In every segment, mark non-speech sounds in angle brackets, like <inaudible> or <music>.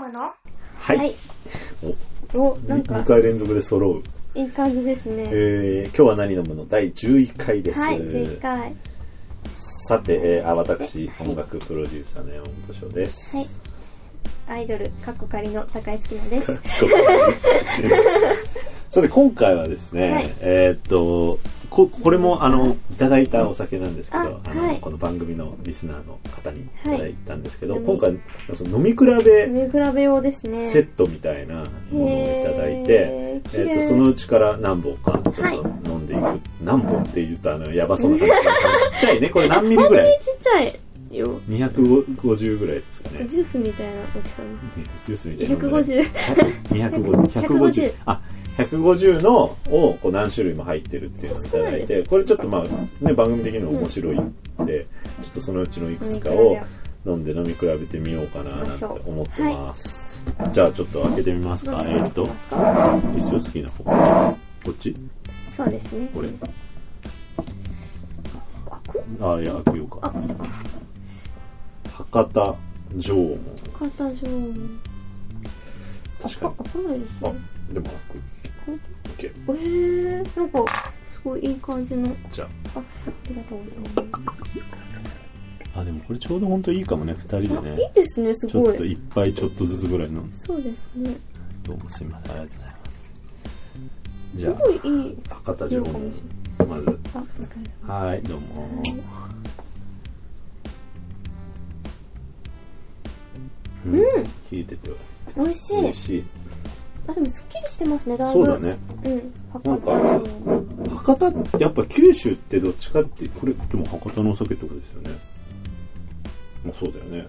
はい、はいおおなん2か回連続で揃う、いい感じですねえー、今日は何飲むの第11回です、はい11回さて、えー、あ私音楽プロデューサーの山本翔です、はいアイドルかっこ仮の高井月乃ですごめんなさい <laughs> さて今回はですね、はいえーっとここれもあのいただいたお酒なんですけどああの、はいこの番組のリスナーの方にいただいたんですけど、はい今回その飲み比べ飲み比べ用ですねセットみたいなものをいただいてへ、えーー綺と麗そのうちから何本かちょっはいと飲んでいく、何本って言うとあのやばそうな感じでちっちゃい <laughs> ねこれ何ミリぐらいちっちゃいよ250ぐらいですかねジュースみたいな大きさのジュースみたいなのぐらい150 150 150あ150のをこう何種類も入ってるっていうのをいただいてこれちょっとまあね番組的にも面白いんで、ちょっとそのうちのいくつかを飲んで飲み比べてみようかななんて思ってます、じゃあちょっと開けてみますどかっちえがっといいですかいいっすよ好きな方こっちそうですねこれ開くあいや開けようかあ開いたか博多城門片上確かに開かないですあねでも開本く OK 当えー、なんかすごいいい感じのあじゃりがとうございますああでもこれちょうど本当いいかもね2人であいねいですねすちょごっとい一杯ちょっとずつぐらい飲んでそうですねどうもすいませんありがとうございますじすゃごいいいあ博多城門まずあ疲れはいどうもうん効いててた美味し美い味しいあでもすっきりしてますねだいそぶうだねうん博なん多か博多ってやっぱ九州ってどっちかってこれでも博多のお酒ってことですよねまあそうだよね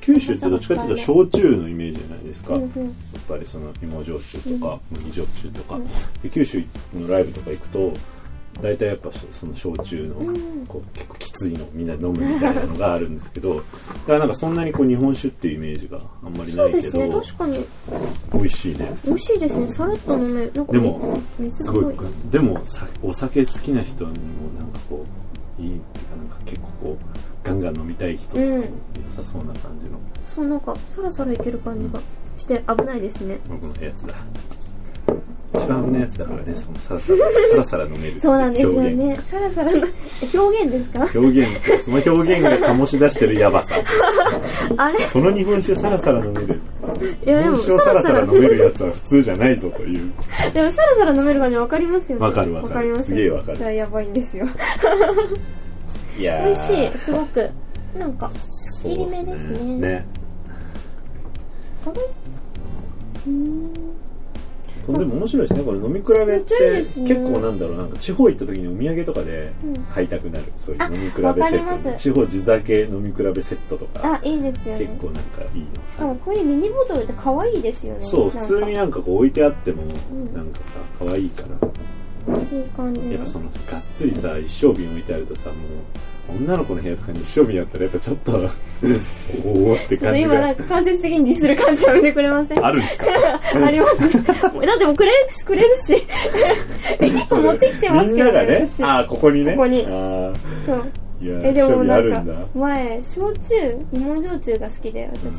九州ってどっちかっていうと焼酎のイメージじゃないですか、うんやっうんぱりその芋焼酎とか麦焼酎とか、で九州のライブとか行くと大体やっぱそその焼酎のうんこう結構きついのみんな飲むみたいなのがあるんですけどだからなんかそんなにこう日本酒っていうイメージがあんまりそなういけですねど、確かに美味しいね美味しいですねさらっと飲めるなんかでも水すっごぽいでもさお酒好きな人にもなんかこういいっていうかなんか結構こうガンガン飲みたい人とかうん良さそうな感じのそうなんかそろそろいける感じがして危ないですね僕のやつだ一番危ないやつだからねそのさらさらさらさら飲めるそうなんですよ表 <laughs> 現ねさらさらの表現ですか表現ってその表現が醸し出してるやばさ <laughs> あれこの日本酒さらさら飲めるい日やで本も酒さをさららささらら飲めるやつは普通じゃないぞというでもさらさら飲める感じわかりますよねわかるわかるりますすげえわかるじゃあやばいんですよいやー美味しいすごくなんかすっきりめですねねあれうーんこれでも面白いですねこれ飲み比べめっっちゃいいてですね結構なんだろうなんか地方行った時にお土産とかでうん買いたくなる、そういうあ飲み比べセわかりまッすト地方地酒飲み比べセットとかあいいですよ結ね構なんかいいのしかもこういうミニボトルって可愛いですよねそう普なんか通になんかこう置いてあってもんなんかさ可愛いから、いい感じのやっぱそのがっつりさ一升瓶置いてあるとさもう女の子の部屋とかに一升瓶あったらやっぱちょっ <laughs> とおおってち感ょっとじ今なんがか間接的にディスる感じは見てくれませんあるんですか <laughs> ありますね。だってもうくれるし、くれ <laughs> るし。結構持ってきてますけど、みんながね私ああここにねここにあーそう。いやえ、でも一な升瓶あるんんだか、前、焼酎、芋焼酎が好きで、私。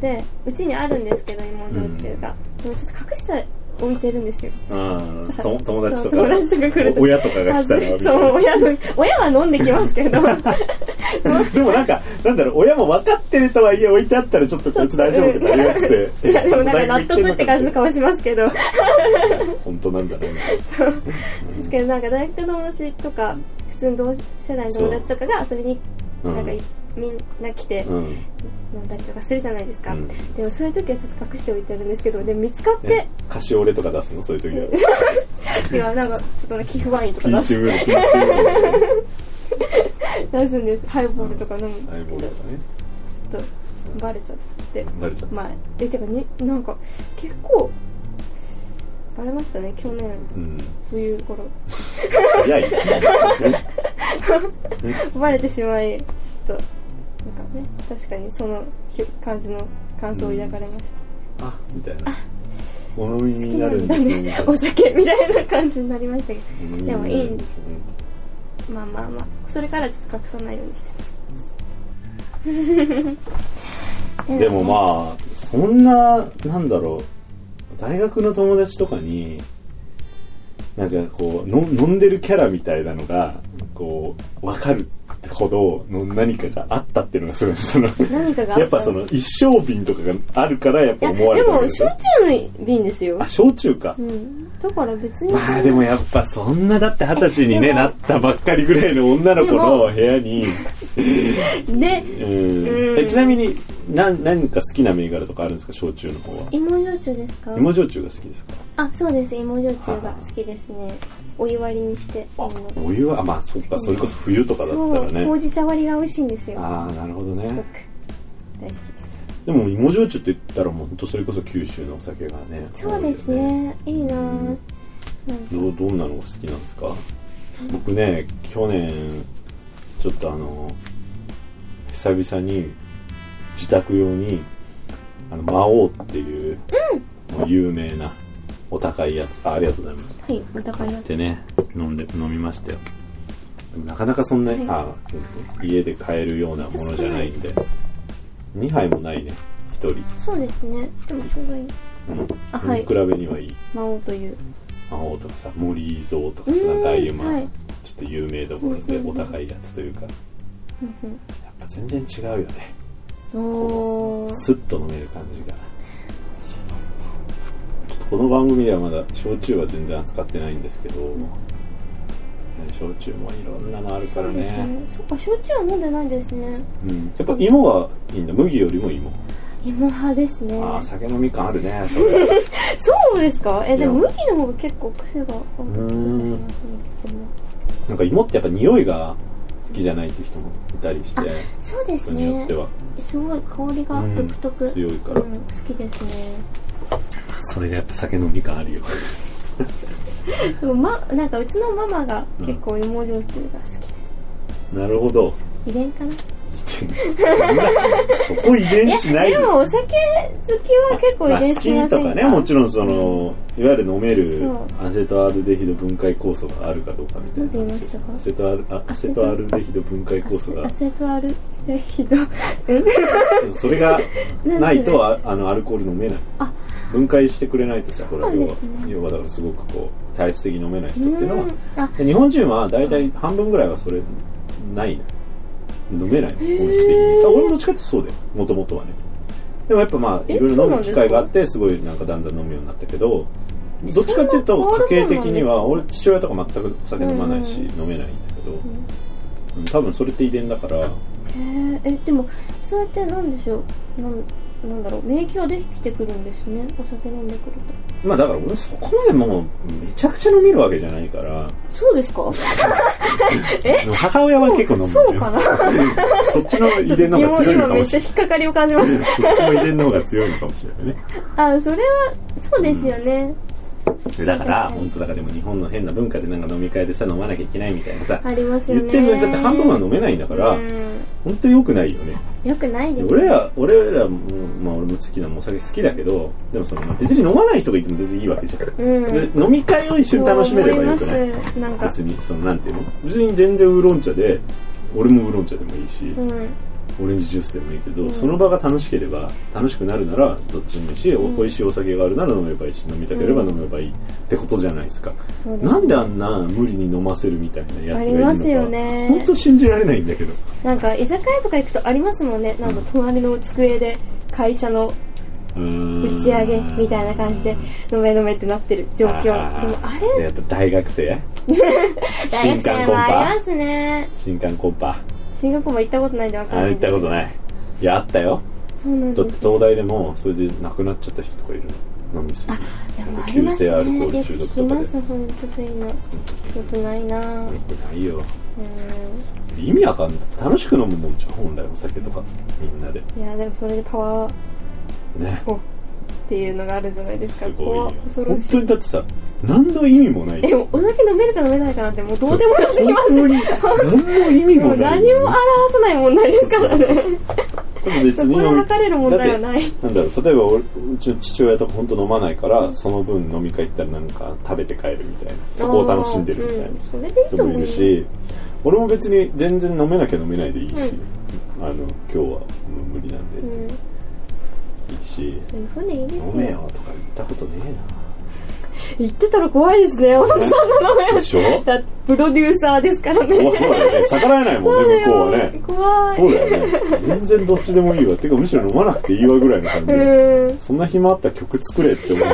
で、うちにあるんですけど、芋焼酎が。でもちょっと隠して置いてるんですよ。ああさと友達とか友達とか来るとお親とかがあ来たらみたいなそう、親の、親は飲んできま <laughs> すけど。でもなんかなんだろう親も分かってるとはいえ置いてあったらちょっとこいつ大丈夫か大学生 <laughs> いや、でもなんか納得って感じの顔しますけど。本当なんだねそうですけどなんか大学の友達とか普通の同世代の友達とかが遊びにうんなんかいみんな来てうん飲んだりとかするじゃないですか、うんでもそういう時はちょっと隠しておいてるんですけどで見つかって、ね菓子折れとか出すのそういう時は違うなんかちょっとね寄付ワインとピーか出すチウールピーチウール出すんですハイボールとか飲むんハでイすけボールとかねどちょっとバレちゃってバレちゃったまあえてかになんか結構バレましたね去年うん冬頃早い <laughs> ね <laughs> バレてしまいちょっとなんかね確かにそのき感じの感想を抱かれました、あみたいなお飲み好きにななるんんだですねねお酒みたいな感じになりましたけお飲みどに <laughs> でなるもいいんんでですすねまあまあまあそれからちょっと隠さないようにしてますうんでもまあそんななんだろう大学の友達とかになんかこうの飲んでるキャラみたいなのがこう分かるほどの何かがあったっていうのがすごいその何かがあったやっぱその一生瓶とかがあるからやっいぱや思わでれたわもけ焼でしょ酎の瓶ですよあ焼酎か、うんだから別にまあでもやっぱそんなだって二十歳に、でね、もなったばっかりぐらいの女の子の部屋にうんでうんえちなみに何何か好きな銘柄とかあるんですか焼酎の方は芋焼酎ですか芋焼酎が好きですかあそうです芋焼酎が好きですねお湯割りにしてあ飲むお湯はあまあそっかそれこそ冬とかだそったらうほうねじ茶割りが美味しいんですよああなるほどすごねく大好きですでも芋焼酎って言ったらもうほんとそれこそ九州のお酒がねそうです多いよねいいなぁうんなんかどうどんなのが好きなんですか僕ね去年ちょっとあの久々に自宅用にあの魔王っていう、もう有名なお高いやつあありがとうございますはいお高いやでつね飲んで飲みましたよでもなかなかそんな、はいあ家で買えるようなものじゃないんで2杯もないね1人、そうですねでもちょうどいいうん、あはい飲み比べにはいい魔王という魔王とかさ森伊蔵とかさうなんんかああいうまあ、はいちょっと有名どころでうんうんおうん高いやつというかやうんっぱ全然違うよねうんおースッと飲める感じがちょっとこの番組ではまだ焼酎は全然扱ってないんですけど、ね焼酎もいろんなのあるかそらうですねねそっか焼酎は飲んでないですねうん、やっぱ芋がいいんだ麦よりも芋、芋派ですねああ酒飲み感ある <laughs> ねそれはそうですかえでもいや麦の方が結構癖が多い気がしますね結構ねなんか芋ってやっぱ匂いが好きじゃないって人もいたりしてそうです人によっねてはすごい香りが独特、うん強いからうん好きですねそれがやっぱ酒飲み感あ <laughs> るよでもまなんかうちのママが結構芋焼酎が好きなるほどで遺伝かなそんな <laughs> そこ遺伝しないでしょもお酒好きは結構ま遺あ、伝好しまきせんとかか、ねもちろんそのいわゆる飲めるそうアセトアルデヒド分解酵素があるかどうかみたいななんて言いましたかアセトアルあアセトアルデヒド分解酵素がアセトアルデヒドそれがれないとああのアルコール飲めないあ分解してくれないとさこれはそう要なんはですね要はだからすごくこう体質的に飲めない人っていうのはうんあで日本人は大体半分ぐらいはそれないの飲めないの本質的へにーあ俺もどっちかってそうだよもともとはねでもやっぱまあえいろいろそう飲なんむで機すか会があってすごいなんかだんだん飲むようになったけどどっちかっていうとそんな家庭変わるもんなんですか的には俺父親とか全くお酒飲まないしう飲めないんだけど、うん多分それって遺伝だからへー <laughs> えでもそうやってなんでしょうなんなんだろう免疫ができてくるんですねお酒飲んでくるとまあだから俺そこまでもうめちゃくちゃ飲めるわけじゃないからそうですか母親は結構飲むんだよそうかな <laughs> そっちの遺伝の方が強いの今かめもっしちゃれな引っかかりを感じましいそっちの遺伝の方が強いのかもしれないねたあそれはそうですよね、だから確かに本当だからでも日本の変な文化でなんか飲み会でさ飲まなきゃいけないみたいなさありますよ言ねってんのにだって半分は飲めないんだから、うん本当に良くないよねよくないです俺ら俺らも、まあ、俺も好きなお酒好きだけどでもその、まあ別に飲まない人がいても全然いいわけじゃん、うんで飲み会を一緒に楽しめればよくないそう思いますなんか別にそのなんていうの別に全然ウーロン茶で俺もウーロン茶でもいいし、うんオレンジジュースでもいいけど、うんその場が楽しければ楽しくなるならどっちでもいいし、おうん美味しいお酒があるなら飲めばいいし飲みたければうん飲めばいいってことじゃないですか、そうですなんであんな無理に飲ませるみたいなやつがいるのありかますよね本当信じられないんだけどなんか居酒屋とか行くとありますもんねなんか隣の机で会社のうーん打ち上げみたいな感じで飲め飲めってなってる状況でもあーあでれやっぱ大学生 <laughs> 大新学生刊コンもありパますね新刊コンパシンガポールは行ったことないんでわかんあない行ったことないいやあったよそうなんだっでてす東大でもそれで亡くなっちゃった人とかいるの飲みすぎてでもあり急ます性アルコーねル中毒聞きとかまですほんとそういうのよくないなぁよくないよう意味わかんない楽しく飲むもんじゃん本来お酒とかみんなでんいやでもそれでパワーねオフっていうのがあるじゃないですかすごいよ怖恐ろ本し当いにだってさ何の意味もないでもお酒飲めるか飲めないかなんてもうどうでもよすぎ本ます当に何の意味ももうない何も表さない問題ですからそうねでも別そにこで飲み測れる問題はないだってなんだろう例えば俺うちの父親とか本当飲まないからその分飲み会行ったらなんか食べて帰るみたいなそこを楽しんでるみたいなうんそれでいいと人も思いいまるすし俺も別に全然飲めなきゃ飲めないでいいし、あの今日はもう無理なんで、うんしそういう船いいで「飲すよめよ」とか言ったことね言ってたら怖いですね小野さ <laughs> んのえなで名しょ前だってプロデューサーですからね怖そうだよね <laughs> 逆らえないもんね向こうはね怖いそうだよね全然どっちでもいいわてかむしろ飲まなくていいわぐらいの感じうでーんそんな暇あったら曲作れって思 <laughs> う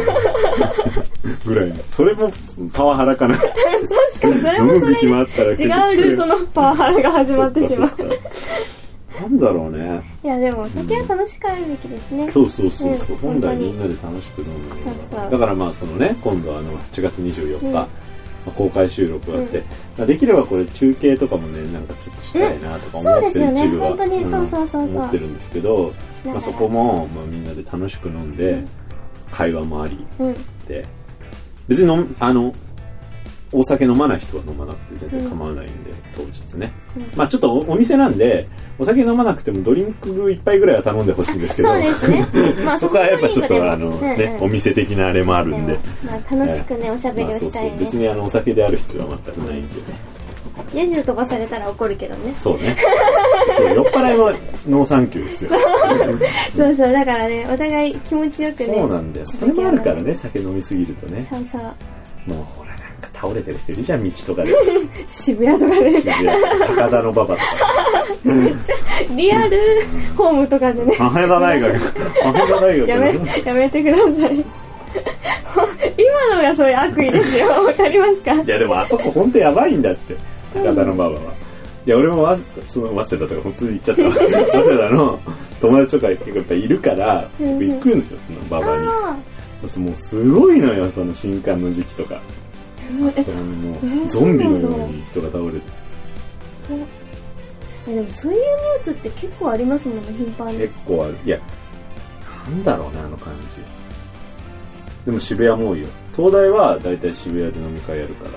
ぐらいのそれもパワハラかな確かにそれ飲もそむれで暇あったら曲作違うれルートのパワハラが始まってしまうそっかそ <laughs> っかなんだろうねいやでもお酒は楽しくあるべきですねそうそうそうそう、う本ん来本当にみんなで楽しく飲むものそうそうだからまあそのね今度あの8月24日、うんまあ公開収録があって、うまあできればこれ中継とかもねなんかちょっとしたいなとかうん思ってそうるですよね一部は、本当にそうそうそうそう思ってるんですけど、しながまあ、そらこも、まあ、みんなで楽しく飲んで、うん会話もありうんで別に飲むあのお酒飲まない人は飲まなくて全然構わないんで、当日ね、うんまあちょっとおお店なんでお酒飲まなくてもドリンク一杯ぐらいは頼んでほしいんですけどそうですねま <laughs> あそこはやっぱちょっそことはあいいのわでねも、お店的なあれもあるんでで。もまあ楽しくねおしゃべりまをあそうしたそいう別ねにあのお酒である必要は全くないんでね野獣飛ばされたら怒るけどねそうねそう酔っ払いはノーサンキューですよそうそうだからねお互い気持ちよくねそうなんだよそれもあるからね酒飲みすぎるとねそうそうもうほらなんか倒れてる人いるじゃん道とかで渋谷とか渋で谷高田の馬場とかリアルホームとかでね羽田大学羽田大学やめのやめてください今のがそういう悪意で <laughs> すよわかりますかいやでもあそこ本当やばいんだって高田の馬場はいや俺もわその早稲田とか普通に行っちゃったわ <laughs> 早稲田の友達とか結構やっぱいるからうんうん僕行くんですよその馬場にあもうすごいのよその新刊の時期とかーえもえうゾンビのように人が倒れてでもそういうニュースって結構ありますもんね頻繁に結構あるいやなんだろうねあの感じでも渋谷も多いよ東大は大体渋谷で飲み会やるから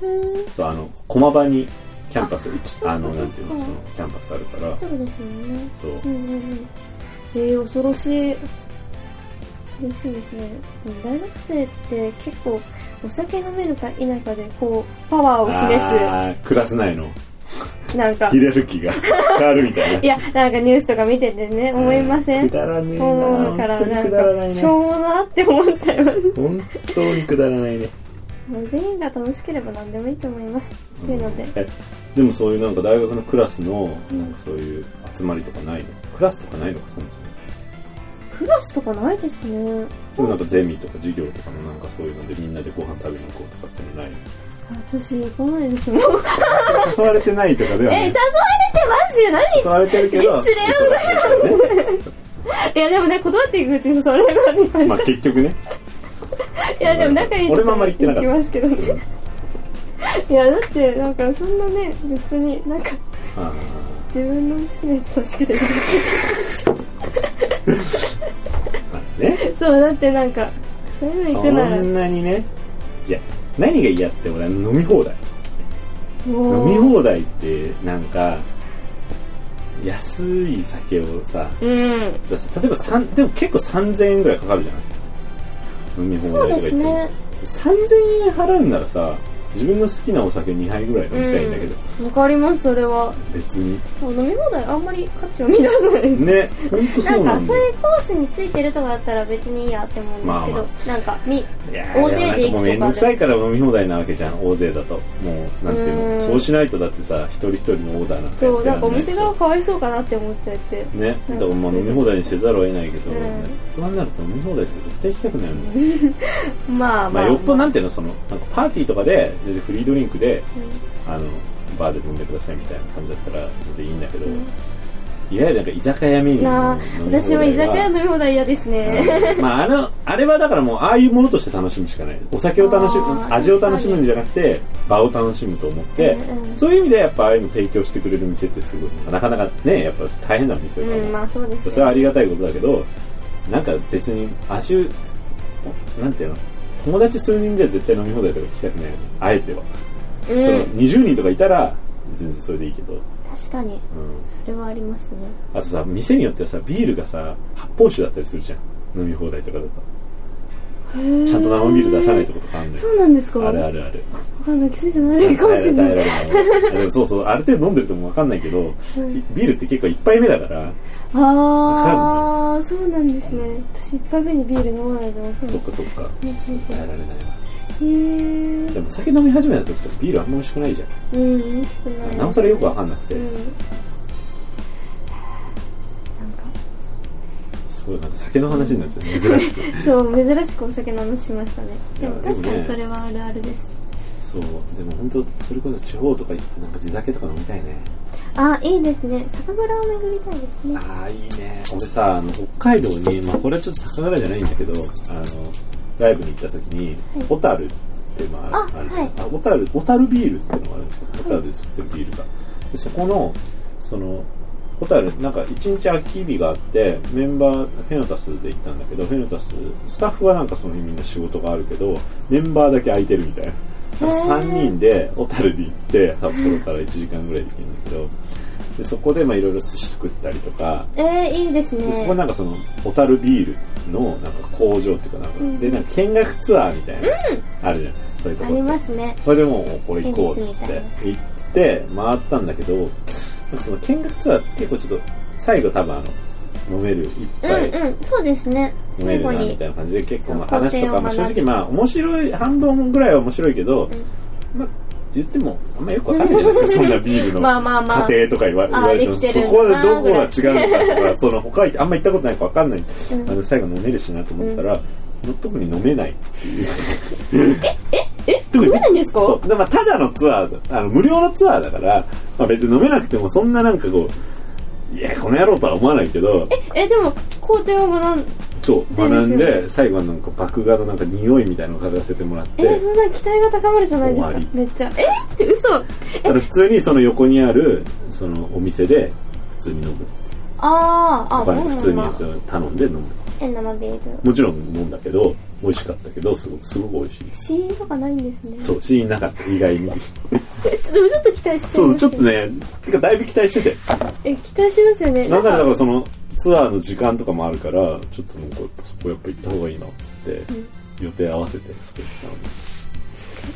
ふーんそうあの駒場にキャンパスうちああのそなうかんていうのそそうかのキャンパスあるからそうですよねそううんうんうんえー、恐ろしい恐ろしいですねでも大学生って結構お酒飲めるか否かでこうパワーを示あークラス内のすなんかヒレルキが <laughs> 変わるみたいないやなんかニュースとか見ててね思いませんくだらねえな思う本から当になんくだらなかいねしょうもなって思っちゃいます本当にくだらないね <laughs> もう全員が楽しければ何でもいいと思いますっていうのでえでもそういうなんか大学のクラスのなんかそういう集まりとかないのクラスとかないのかそもクラスとかないですねそもでもなんかゼミとか授業とかのなんかそういうのでみんなでご飯食べに行こうとかってのないの私行かないですもん誘われてないとかではえな誘われいてますよ何誘われてるけど失礼な忙しいからねいやでもね断っていくうちに誘われなくなってきましまあた結局ねいやでも仲いい俺もあんまり行ってなかった行きますけどねいやだってなんかそんなね別になんかあ自分の好きなやつとしかできないーまあねそうだってなんかそういうの行そくならんなにねいや何が嫌って俺は飲み放題飲みもう放題ってなんか安い酒をさうんだし例えば三でも結構3000円ぐらいかかるじゃない飲み放そ題うとでかす言ってねも、3000円払うんならさ自分の好きなお酒2杯ぐらい飲みたいんだけど、わかりますそれは別にもう飲み放題あんまり価値を見出さないですね本当なそうんなかんそだういようコースについてるとかだったら別にいいやって思うんですけど、まあまなんかみいや大勢で行くとかなんかもうめんどくさいから飲み放題なわけじゃん大勢だともうなんていうのうんそうしないとだってさ一人一人のオーダーなんてそうなんかおやってられないし店さ側かわいそうかなって思っちゃってね、うんだからまあ飲み放題にせざるを得ないけど、うんそうなると飲み放題って絶対行きたくないもん、ままあまああ、よっぽどなんていうのそのなんかパーティーとかで全然フリードリンクであのバーで飲んでくださいみたいな感じだったら全然いいんだけど、うんいわゆるなんか居酒屋メニューなのあ飲み私放題はも居酒屋飲み放題嫌ですねうんまああのあれはだからもうああいうものとして楽しむしかないお酒を楽しあむー味を楽しむんじゃなくて場を楽しむと思って、うんうんそういう意味でやっぱああいうの提供してくれる店ってすごいなかなかねやっぱ大変な店だから、うんまあそうですそれはよありがたいことだけどなんか別に味をなんていうの友達数人では絶対飲み放題とか行きたくないよねあえては、うそのん20人とかいたら全然それでいいけど、うん、確かにそれはありますねあとさ店によってはさビールがさ発泡酒だったりするじゃん飲み放題とかだとちゃんと生ビール出さないとことかあるんだそようなんですかあるあるあるわかんない気づいてないかもしれな耐えらいれないでもそうそうある程度飲んでるとも分かんないけど、ビールって結構1杯目だからああそうなんですね私一杯目にビール飲まないの分かんなそいっかそっかそうそうそ耐うえられないわへえでも酒飲み始めた時とかビールあんま美味しくないじゃうん美味しくないんなおさらよくわかんなくて、うんすごいなんか酒の話になっちゃう珍し <laughs> くそう珍しくお酒の話しましたねでもいやでも確ねかにそれはあるあるですそうでも本当それこそ地方とか行ってなんか地酒とか飲みたいねあいいですね酒蔵を巡りたいですねああいいね俺さあの北海道に、まあ、これはちょっと酒蔵じゃないんだけどあのライブに行った時にはい小樽、ってまあああるはいあ小樽小樽ビールっていうのがあるんですよ小樽で作ってるビールが、でそこのその小樽なんか1日空き日があってメンバーフェノタスで行ったんだけどフェノタススタッフはなんかその日みんな仕事があるけどメンバーだけ空いてるみたいなへー3人で小樽に行って札幌から1時間ぐらいできるんだけどでそこでまあいろいろ寿司作ったりとかえー、いいですねでそこなんかその小樽ビールのなんか工場っていうかなんか、うんでなんか見学ツアーみたいな、あるじゃんそういうとあこりろますねそれでもうこれ行こうっつってテニ行って回ったんだけどなんかその見学ツアーって結構ちょっと最後多分あの飲める一う杯んうんそうですね飲め最る後なみにたいな感じで結構まあそう話とか、まあ、正直まあ面白い半分ぐらいは面白いけど、まあ言ってもあんまよくわかんないじゃないで <laughs> すかそんなビールのまあまあまあ家庭とか言わ言あーわれてもでそきてるこはどこがな違うのかとかその他あんま行ったことないかわかんない、うんあの最後飲めるしなと思ったら、特に飲めないっていうえええ飲飲めないんですかそうで、まあ、ただのツアーだあの無料のツアーだから、まあ、別に飲めなくてもそんななんかこういやこの野郎とは思わないけどえでも工程を学んそうそう学んですよで最後はなんか麦芽のなんか匂いみたいなのを嗅がせてもらってえそんな期待が高まるじゃないで終すわかりめっちゃえって嘘ただ普通にその横にあるそのお店で普通に飲むあーあお金普通にすその頼んで飲むえ生ビールもちろん飲んだけど美味しかったけどすごくすごく美味しいですシーンとかないんですねそう死因なかった意外にえちょっとちょっと期待してそうちょっとねてかだいぶ期待しててえ期待しますよねなんならだかからそのツアーの時間とかもあるからちょっとなんかそこやっぱ行った方がいいなっつって、予定合わせてそこ行っ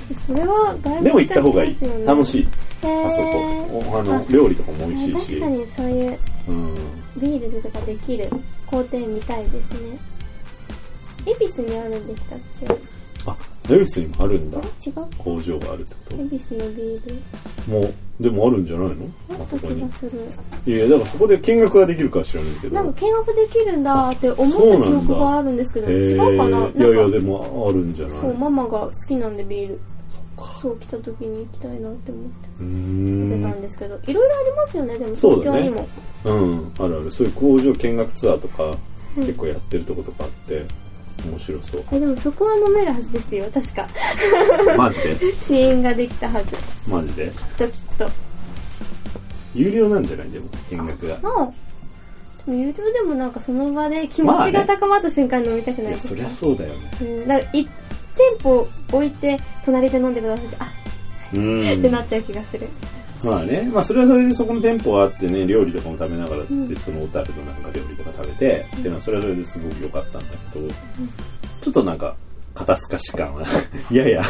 たのそれはだいにぶでも行った方がいい、期待しますよね楽しいへーあそこおあの料理とかも美味しいし確かにそういううんビールとかできる工程みたいですね恵比寿にあるんでしたっけあ恵比寿にもあるんだ違う工場があるってこ恵比寿のビールともうでもあるんじゃないのああっそたこ気にがするいやいやだからそこで見学ができるかは知らないけどなんか見学できるんだって思った記憶があるんですけどへ違ーうかななんかいやいやでもあるんじゃないそううママが好きなんでビールそう来た時に行きたいなって思ってー出たんんですけどいろいろありますよねでもそ東うだ京ねにもうんあるあるそういう工場見学ツアーとか結構やってるとことかあって面白そうえでもそこは飲めるはずですよ確か <laughs> マジで支援ができたはずきっマジでときっと有料なんじゃないでも見学がまあでも有料でもなんかその場で気持まあちねが高まった瞬間に飲みたくないいでやすそか、りゃそうだよねうんなんか一店舗置いて隣で飲んでくださいってあうっんてなっちゃう気がするまあね、まあそれはそれでそこの店舗はあってね、料理とかも食べながらって、その小樽のなんか料理とか食べて、っていうのはそれはそれですごく良かったんだけど、ちょっとなんか、肩透かし感は、いやいや、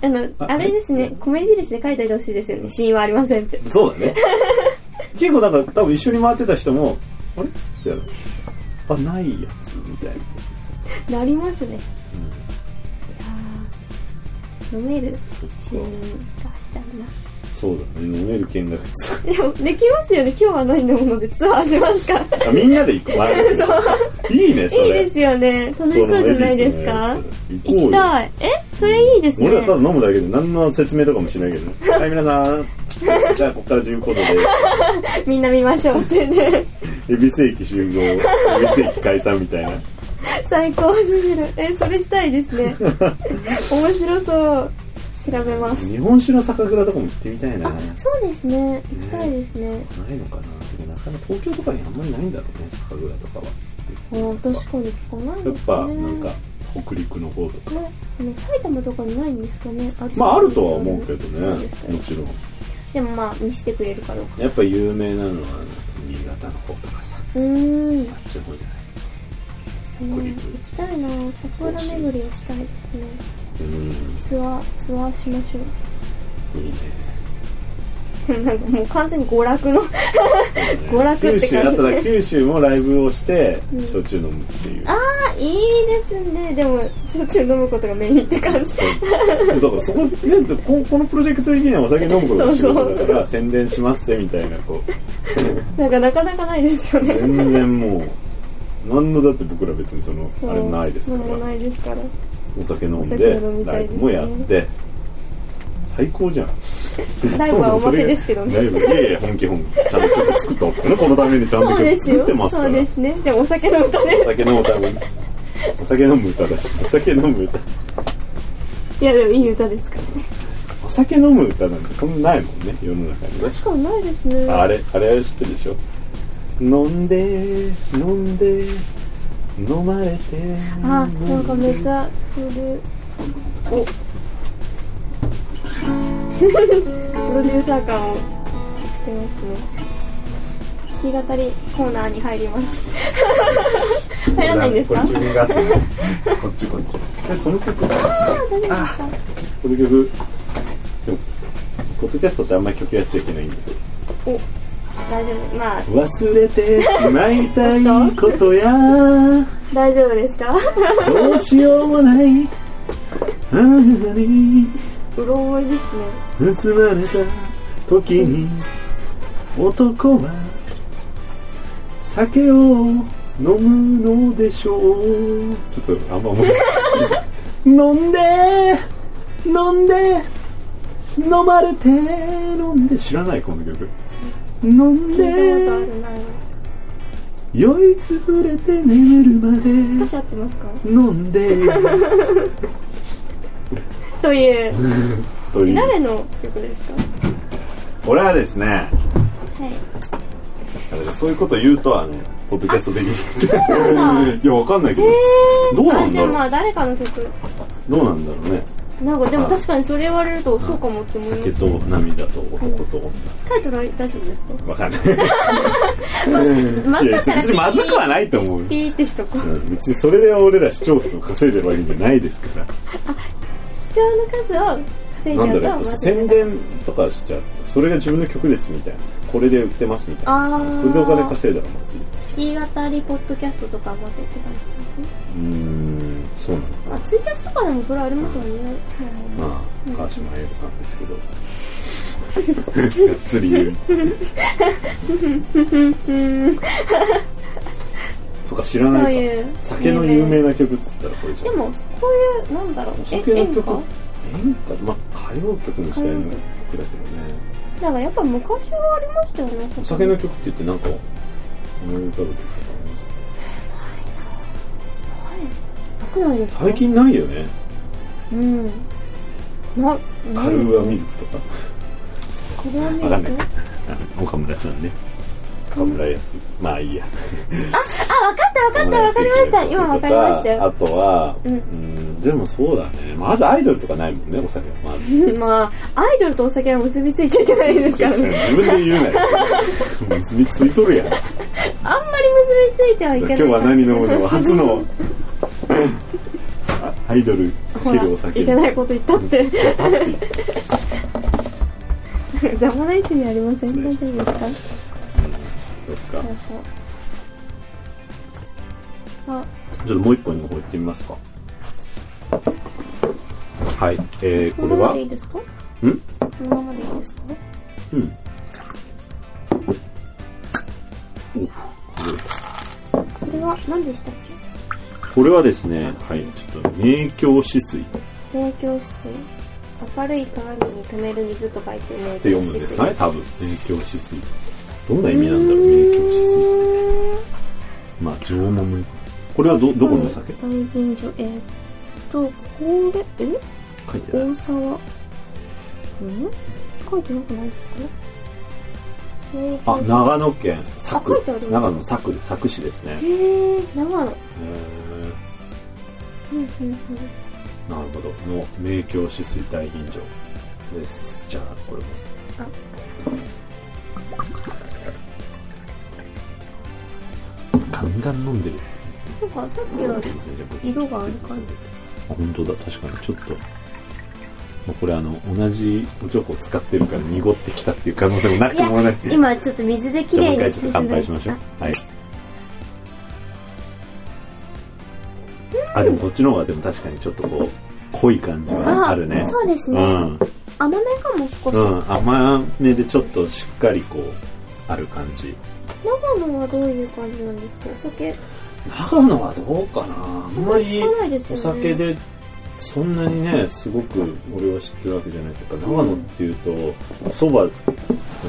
あのああれですね米印で書いておいてほしいですよね死因はありませんってそうだね。結構なんか多分一緒に回ってた人も、あれってやる。あ、ないやつみたいな。なりますね、いやー飲めるシーンがしたいなそうだね、飲める見学ツでもできますよね今日は何飲むのでツアーしますかアーあみんなで行く。まあいいね、そいいれ。ですよね楽そしそううじゃないですかの恵比寿のやつ行行こきうよ。たいえそれいいですね俺らただ飲むだけで何の説明とかもしないけどねはい皆さ <laughs> んじゃあここから自由行動でみんな見ましょうってね恵比寿駅集合恵比寿駅解散みたいな最高すぎるえそれしたいで <laughs> すね面白そう調べます日本酒の酒蔵とかも行ってみたいなあなそうですね行きたいですねいのかなでもなかなか東京とかにあんまりないんだろうね酒蔵とかはあー確かに聞かないやでっすねぱなんか北陸の方とかね、あの埼玉とかにないんですかねあまああるとは思うけどそねですかもちろんでもまあ見してくれるかどうかやっぱ有名なのは新潟の方とかさうーんあっちの方じゃないそうね行きたいな桜巡りをしたいですねうんツアーツアーしましょういいね <laughs> なんかもう完全に娯楽の娯楽九って州あ感っじたら九州もライブをしてうん焼酎飲むっていう、ああいいですねでも焼酎飲むことがメインって感じそうだからそこねここのプロジェクト的にはお酒飲むことが仕事だから宣伝しますぜみたいなこうなんかなかなかないですよね全然もう何のだって僕ら別にそのそ <laughs> うあれないですかなんもらないですからお酒飲んお酒で飲みたラいイですブねもやって最高じゃんライブはおまけですけどねそもそもそれがライブいやいや本気本気ちゃんと曲作ったからねこのためにちゃんとそうで曲す作よってますかそうらですねでもお酒飲むとねお酒飲むためにお酒飲む歌だしお酒飲む歌いやでもいい歌ですからねお酒飲む歌なんてそんなないもんね世の中にね確かにないですねああれあれ知ってるでしょ飲んで飲んで飲まれてあなんかめっちゃするおプロデューサー感を出ますね弾き語りコーナーに入り <laughs> ます入らないんですかこっち分があってこっちこっちえその曲こあ大丈夫ですかの曲でもポッドキャストってあんまり曲やっちゃいけないんでお大丈夫まあ忘れてしまいたいことや大丈夫ですかどうしようもないあなたにうろ覚えです盗ねまれた時に男は酒を飲むのでしょうちょっとあんま思い出せない飲んで飲んで飲まれて飲んで知らないこの曲飲ん聞いたことあでるない酔いつぶれて眠るまで歌詞合ってますか飲んでというという誰の曲ですかこれはですねはいあれそういうこと言うとあのポッドキャストできなんだいやわかんないけど、えー、どうなんだろうあじゃあまあ誰かの曲どうなんだろうねなんかでも確かにそれ言われるとそうかもって思いま酒すと涙と男と女タイトルは大丈夫ですかわかん <laughs> ないまいや別さかにまずくはないと思うよピーってしとこううん別にそれで俺ら視聴数を稼いでるわけじゃないですから視聴の数を稼いなんだじろゃううねと宣伝とかしちゃうそれが自分の曲ですみたいなこれで売ってますみたいあなそれでお金ー稼いだらまずい弾き語りポッドキャストとかはまずいって感じですねうーんそうなのあツイキャスとかでもそれありますもんねはいはまあい川島英語なんですけど <laughs> がっつり言ううんとか知らそうないかいう酒の有名な曲っつったらこれじでゃんもこういうなんだろうおえ酒の演歌曲演歌まあ歌謡曲にしたいの曲だけどねなんかやっぱ昔はありましたよねお酒の曲って言ってなんか思い浮かぶ曲とかありますなくないですか最近ないよねうんな「カルーアミルク」とかこれはねわかんないあ <laughs> 岡村ちゃんね岡村康まあいいやあ、分かった分かった分かりました。今分かりましたあよ。とはううんんでもそうだねまずアイドルとかないもんねお酒はま <laughs> ずまあ、アイドルとお酒は結びついちゃいけないですからね。自分で言う <laughs> なよ結びついとるやんあんまり結びついてはいけな今い。日は何飲むの初のあアイドルかほけらるお酒いけないこと言ったって。邪魔な位置にありません。大丈夫ですかそっかそうそう。あ、ちょっともう一本の方行ってみますかはいえー、ここのれままはでいいですかこうんのままでいいですかうんおそれは何でしたっこれはですねはいちょっと明鏡止水っけ明鏡止水。明るい鏡に止める水と書いて明鏡止水。て読むんですかね多分明鏡止水どんな意味なんだろう明鏡止水まあ縄文これはどどこのお酒大吟醸えーっと神戸え書いてない大沢うん書いてなくないですかえーあ長野県佐久あ書いてあります長野佐久佐久市ですねへへえ長野ーうんうんうんなるほどの明鏡止水大吟醸ですじゃあこれもあガンガン飲んでるなんかさっきより色がある感じですあ本当だ確かにちょっともうこれあの同じおちょこ使ってるから濁ってきたっていう可能性もなくてもないや今ちょっと水できじゃあれもうい一回ちょにしてっと乾杯しましょうはいあでもこっちの方がでも確かにちょっとこう濃い感じはああるねそうですねうん甘めかも少し、うん、甘めでちょっとしっかりこうある感じ長野はどういう感じなんですかお酒長野はどうかなあんまり聞かないですおよ酒ねでそんなにねすごく俺は知ってるわけじゃないというか長野っていうとそばのイ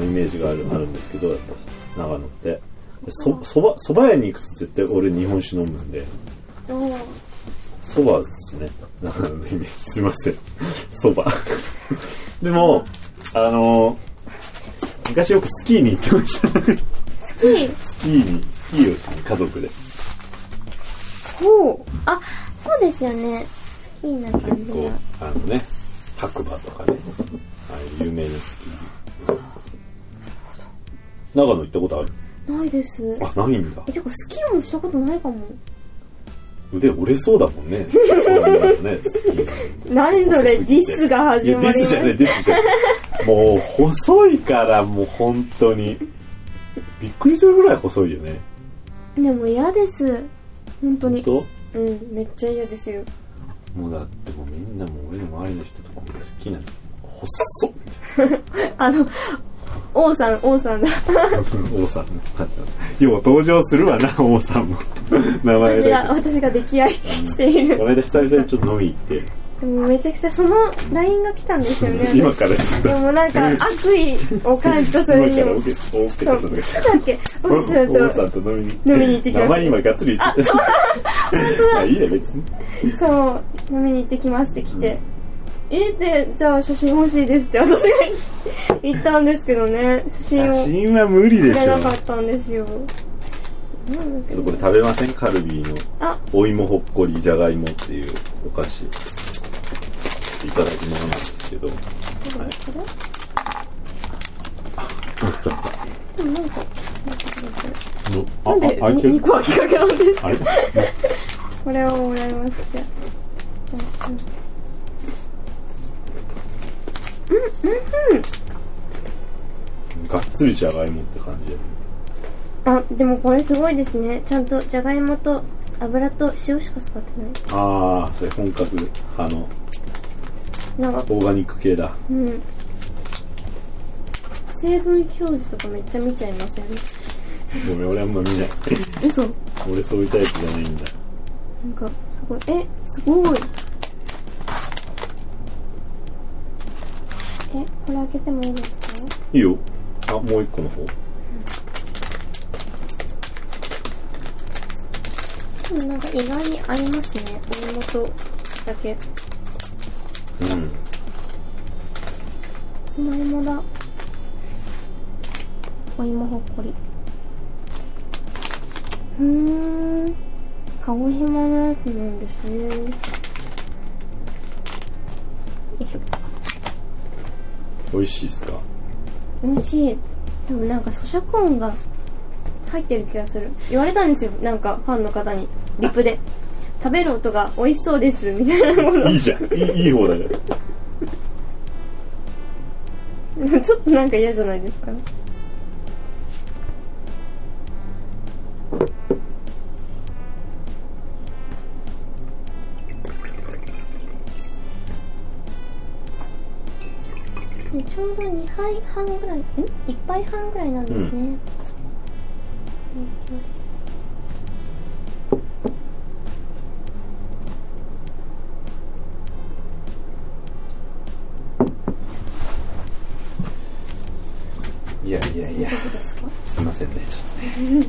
メージがあるあるんですけどやっぱ長野ってそそばそば屋に行くと絶対俺日本酒飲むんであーそばですね長野のイメージすいません <laughs> そばでもあの昔よくスキーに行ってました好きスキーにスキーをしに家族でほうあそうですよね好きな感じ結構があのね白馬とかねああいう有名なスキー長野行ったことあるないですあないんだえ結構スキーもしたことないかも腕折れそうだもんね女の子ねスキー何それディスが始いやまりまディスしじゃたないディスじゃないもう細いからもう本当にびっくりするぐらい細いよねでも嫌です本当本に当うんめっちゃ嫌ですよもうだってもうみんなもう俺の周りの人とかも好きなの細っ <laughs> あの王さん王さんだ王さんのよう登場するわな王さんも名前私だけが私が溺愛していこるの間久々にちょっと飲み行ってでもめちゃくちゃその LINE が来たんですよね今私からちょっとでもなんか悪意を感じたそれ今にからもオケオケそうとするなんだっけ王さん王さとんと飲みに飲みに行ってきました名前今がっつり言っあてそうた <laughs> まあいいや別にそう飲みに行ってきますって来て「えっ?」て「じゃあ写真欲しいです」って私が言ったんですけどね写真写を真は無理でくしれょなかったんですよなんだっちけょっとこれ食べませんカルビーのあお芋ほっこりじゃがいもっていうお菓子いただきものなんですけどこれこれでもなんかあなんであ開いて2る個空きかけなんですかあれこれをもらいますじゃあがっつりじゃがいもって感じであでもこれすごいですねちゃんとじゃがいもと油と塩しか使ってないああそれ本格派のなんオかーガニック系だうん成分表示とかめっちゃ見ちゃいますよねごめん俺あんま見ない嘘な俺そういうタイプじゃないんだんかすごいえすごいえこれ開けてもいいですかいいよあもう一個の方でもなんか意外に合いますねお芋と酒うんさつまいもだお芋ほっこりうーん鹿児島のやつなんですねよいし美ょ味しいっすか美味しいでもなんか咀嚼音が入ってる気がする言われたんですよなんかファンの方にリプで食べる音が美味しそうですみたいなものいいじゃんいいいい方だよ <laughs> ちょっとなんか嫌じゃないですかちょうど2杯半ぐらいん1杯半ぐらいなんですうね、いただきますいやいやいやどうですかすいませんねちょっ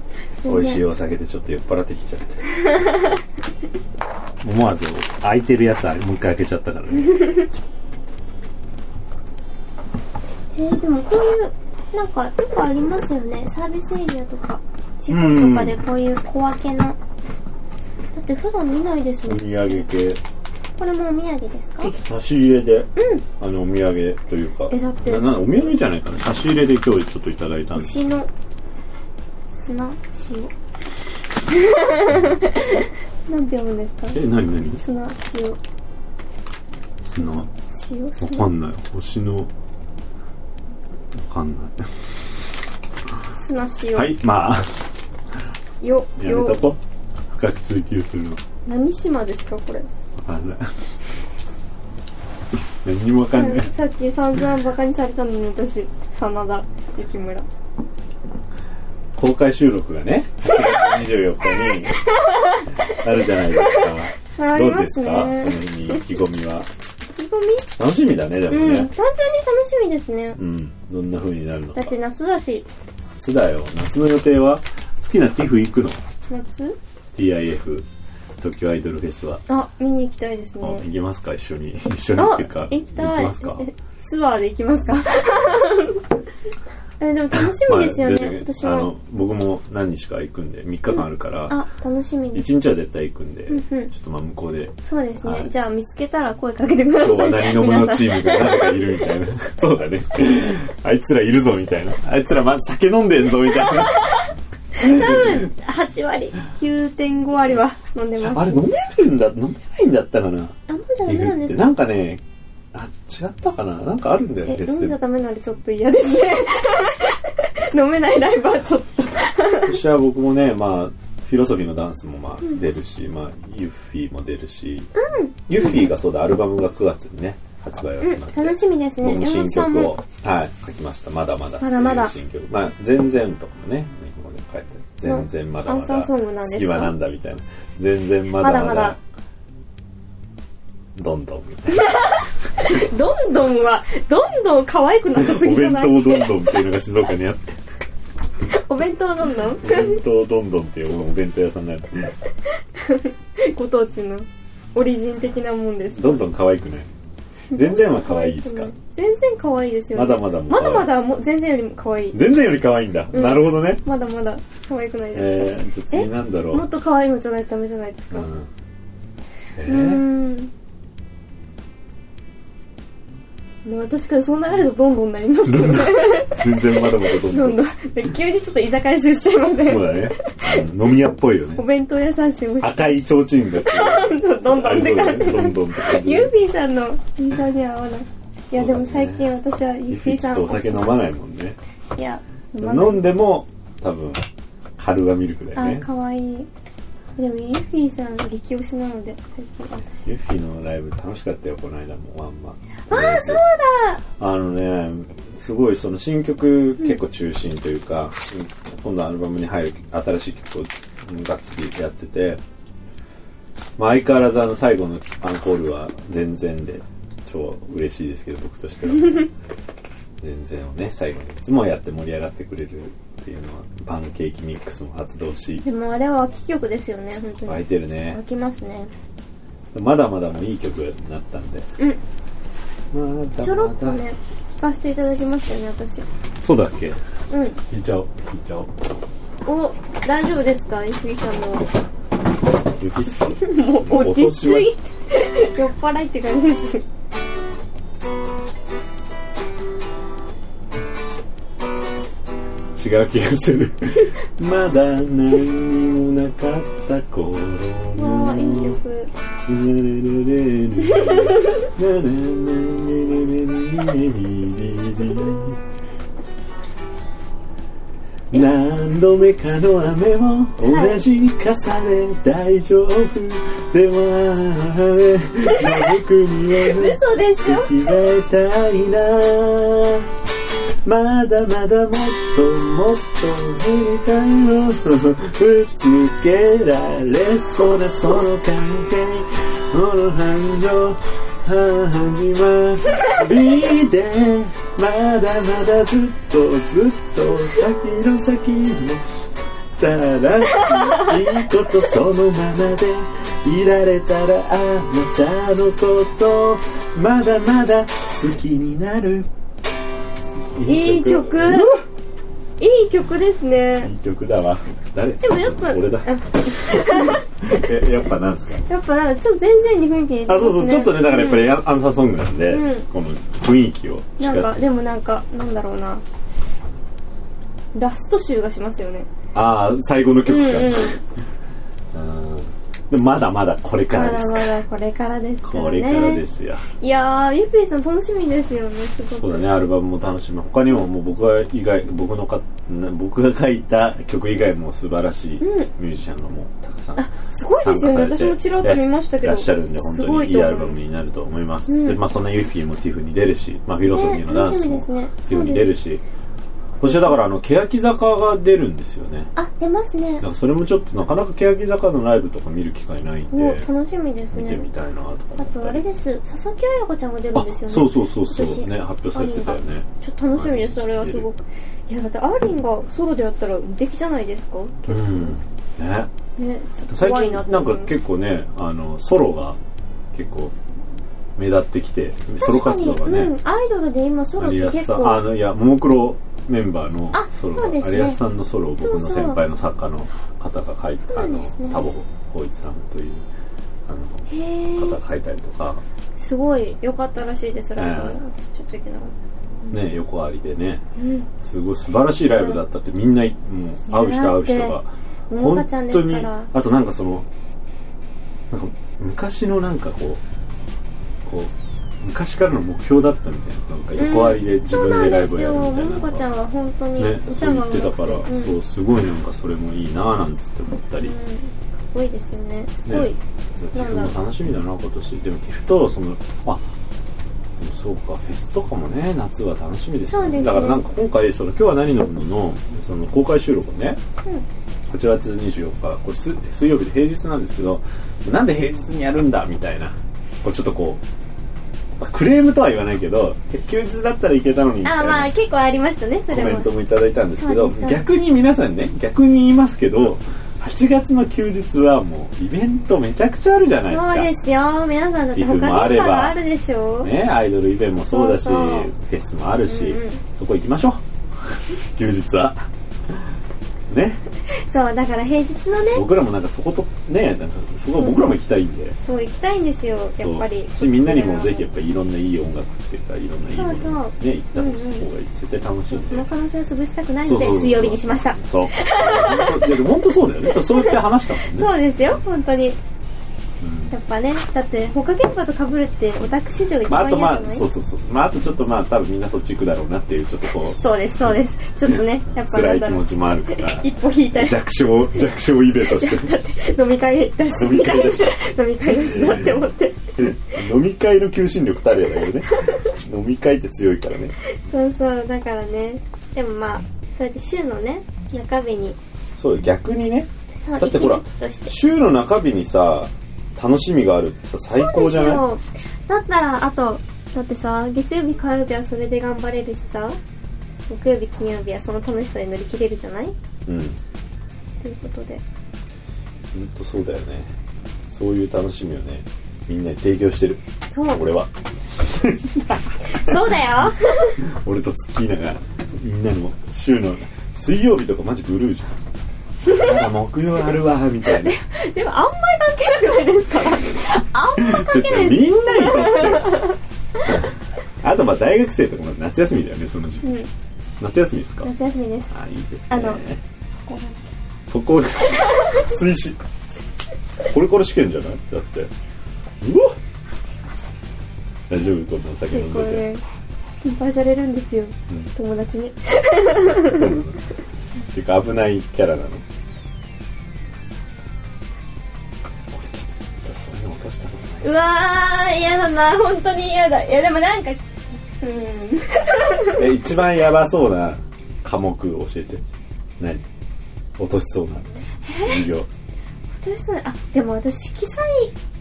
とね美味しいお酒でちょっと酔っ払ってきちゃって思わず開いてるやつあれもう一回開けちゃったからねえー、でもこういうなんかよくありますよねサービスエリアとか地方とかでこういう小分けのだって普段見ないですおね土産系これもお土産ですかちょっと差し入れで、あのお土産というかえだってななお土産じゃないかな差し入れで今日ちょっといただいたんです牛の <laughs> 砂塩なんて読むんですかえ何何砂塩砂星をわかんない星のわかんなすなしいよ、はいまあよやめよとこ深く追求するのわ何島ですか <laughs> これかんない何にもわかんないさっき散々バカにされたのに私真田幸村公開収録がね8月24日にあるじゃないですかあどりうまですすねかその日に意気込みは意気込楽しみだねでみもうんね単純に楽しみですねうん、どんな風になるのかだって夏だし夏だよ夏の予定は好きな TIFF 行くの夏 TIF 東京アイドルフェスは、あ見に行きたいですあね行きますか一緒に <laughs> 一緒にあっていうか行きたいますかえツアーで行きますか <laughs> えでも楽しみですよまあね、全然私あもの僕も何日か行くんで3日間あるから、あ楽しみです1日は絶対行くんで、うんうんちょっとまあ向こうでそうですね、はいじゃあ見つけたら声かけてくだ今日さはい何のもの <laughs> 皆さんチームがなぜかいるみ <laughs> たいなそうだねあいつらいるぞみたいなあいつらまだ酒飲んでんぞみたいな8割9.5割は飲んでま <laughs> すあれ飲めるんだ飲めないんだったかなあ飲んじゃダメなんですなかんかねあ違ったかななんかあるんだよねフえェ飲スんでじゃダメならちょっと嫌ですね <laughs> 飲めないライブはちょっと今年は僕もねまあフィロソフィーのダンスもまあ出るし、まあ、ユッフィーも出るし、ユッフィーがそうだアルバムが9月にね発売が決まって、楽しみですね僕も山本新さん曲をも、はい、書きました「まだまだ」まだまだっていう新曲まあ「全然」とかもね日本語で書いて「全然まだまアンサーだ」ソングなんですか次はなんだ」みたいな「全然まだまだ」まだまだどんどんみたいなどんどんはどんどん可愛くな <laughs> さすおぎじゃ弁ない当どんどんっていうのが静岡にあ <laughs> ってお弁当どんどん <laughs> お弁当どんどんっていうお弁当屋さんがあってご当地のオリジン的なもんですどんどん可愛くない全然は可愛いですか全然可愛いですよねまだまだも可ま愛いだまだもう全然よりも可愛い全然より可愛いんだ、うんなるほどねまだまだ可愛くないですえー、じゃあ次なんだろかうもっと可愛いのじゃないとダメじゃないですかううんえーーんでも確かにその流れだとどんどんなりますけどね全然まだまだどんどどん <laughs> んどんで急にちょっと居酒屋集しちゃいませそうんだねうん飲み屋っぽいよおね弁当屋さん集もし赤い提灯がこうどんどんありってそうだ感ねじどんどんって感じユーフィーさんの印象には合わないいそうだやねでも最近私はユーフィーさんとお酒飲まないもんねいや飲まない飲んでも多分カルガミルクだよあね可愛いでもユーフィーさん激推しなので最近私ユッフィのライブ楽しかったよこの間もワンマンああそうだあのねすごいその新曲結構中心というか、今度アルバムに入る新しい曲をがっつりやってて、まあ、相変わらずあの最後のアンコールは全然で超嬉しいですけど僕と <laughs> しては全然をね最後にいつもやって盛り上がってくれるっていうのはパンケーキミックスも発動しでもあれは秋曲ですよね本当湧いにてるね湧きますねまだまだもういい曲になったんで、まだまだちょろっとね聞かせていただきましたよね私そうだっけうん弾いちゃおう弾いちゃおうお大丈夫ですかユーフィーさんのユキストもう落落とちし着はい <laughs> 酔っ払いって感じです違う気がするまだ何にもなかった頃わのあいい曲何度目かの雨を同じ重ね大丈夫でも雨僕にはね嘘でしょ着替えたいなまだまだもっともっと塗りたいのぶつけられそうなその関係にこの繁盛始まりでまだまだずっとずっと先の先に正しいことそのままでいられたらあなたのことまだまだ好きになるいい曲うわいい曲ですねいい曲だわ誰でもやっぱ俺だあえやっぱなんですかやっぱなんかちょっと全然日本気にあそうそうちょっとねだからやっぱりアンアンサーソングなんで、うんこの雰囲気をしなんかかでもなんかなんだろうなラスト集がしますよねああ最後のう曲んうんか、うんでもまだまだこれからまでだすまから。だこれからですからねこれからですよ。いやーゆっぴーさん楽しみですよねすごそうだくね、アルバムも楽しみ。他にももう僕が以外、僕のか、な僕が書いた曲以外も素晴らしいミうんュージシャンがもうたくさん。すごいですよね私もちらっと見ましたけどいらっしゃるんで、本す当ごにいといア思うルバムになると思います。うんで、まあそんなユーフィーもティフに出るし、まあフィロソフィーのダンスもねテ楽しみですねィフに出るし、今週だからあの、欅坂が出るんですよね。あ出ますねだからそれもちょっとなかなか欅坂のライブとか見る機会ないんおで、楽しみです見てねみたいなとか思あったりとあれです佐々木彩香ちゃんが出るんですよねそうそうそうそう私ね発表されてたよねちょっと楽しみです、はいそれはすごく。いや、だって、アーリンがソロでやったら無敵じゃないですかうんねね、ちょっと最怖い近なってなん思かいます結構ねあのソロが結構目立ってきてソロ活動がうねん、アイドルで今ソロっ有て安結さんあ構、のいやももクロメンバーのあソロそうが、ですね有安さんのソロを僕のそうそう先輩の作家の方が書いてそうあなんのですね田保浩一さんというあのへー方が書いたりとか、すごい良かったらしいです、ライブはええ私ちょっと行けなかったね横ありでねうん。すごい素晴らしいライブだったってみんなもう会う人会う人がももか本ちゃんで当すにから。あとなんかそのなんか昔のなんかこうこう昔からの目標だったみたいななんか横ありで自分でライブをやるみたいそうなんですよ。ももなかちゃんのがは本当に、ね歌そう言ってたから、もうんそうすごいなんかそれもいいなぁなんつって思ったり、うんかっこいいですよね。すごい。ねティフも楽しみだな今年でもティフとそのあそうかフェスとかもね夏は楽しみですよそうですねだからなんか今回その「今日は何飲むの?」のその公開収録をねうん8月24日これす水曜日で平日なんですけどなんで平日にやるんだみたいなこうちょっとこう、まあクレームとは言わないけどえ休日だったらいけたのにみたあ、いまあな結構ありましたね、そコれメもン。トもいただいたんですけどそうですそうです逆に皆さんね逆に言いますけど8月の休日はもうイベントめちゃくちゃあるじゃないですかそうですよ。皆さんだってリフ他もにあればがあるでしょ。ね、アイドルイベントもそうだしそうそうフェスもあるし、うんうんそこ行きましょう <laughs> 休日はねそう、だから平日のね、僕らもなんかそことねなんかそこそうそう僕らも行きたいんでそう行きたいんですよ、やっぱり。そうしみんなにもぜひやっぱいろんないい音楽っていうかいろんないいものそうそうね行った方うんうんが絶対楽しいんそで、の可能性を潰したくないそうそうので、そう水曜日にしました。そういやでも本当そうだよねだからそうやって話したもんねそうですよ、本当うに。んやっぱね、だって他現場と被るってオタク史上一まあ、番あとま嫌じゃないあそうそうそうそうまああとちょっとまあ多分みんなそっち行くだろうなっていうちょっとこうそうです、そうです。ちょっとね、やっぱ辛なんいだ気ろ持う。ちもあるから一歩引いたり、弱小弱小イベントして飲み会だし、飲み会だし飲み会だしなって思って。飲み会の求心力たるやだけどね飲み会って強いからねそうそう、だからね。でもまあ、そうやって週のね、中日に、そうよ逆にねそう、だってほら生き生きとして週の中日にさ楽しみがあるってさ最高じゃないそうですよだったらあとだってさ月曜日火曜日はそれで頑張れるしさ木曜日金曜日はその楽しさに乗り切れるじゃないうん本ということで当そうだよねそういう楽しみをねみんなに提供してるそう俺はそうだよ <laughs> 俺とツッキーナがみんなの週の水曜日とかマジブルーじゃんまだ木曜あるわみたいなでもあんまり関係なくないですかあんちま関ょち係ょないみですんなにとってあとまあ大学生とかも夏休みだよねその時期、うん夏休みですか夏休みですあいいですねあのここ追試これから試験じゃないだってうわ大丈夫こんなお酒飲結ん構でね心配されるんですよ、うん友達にてそうなの <laughs> てか危ないキャラなの俺ちょっとそういうの落としたことないうわー嫌だな本当に嫌だいやでもなんかうんえ一番やばそうな科目教えて何落としそうな授業本当にそうだあでも私色彩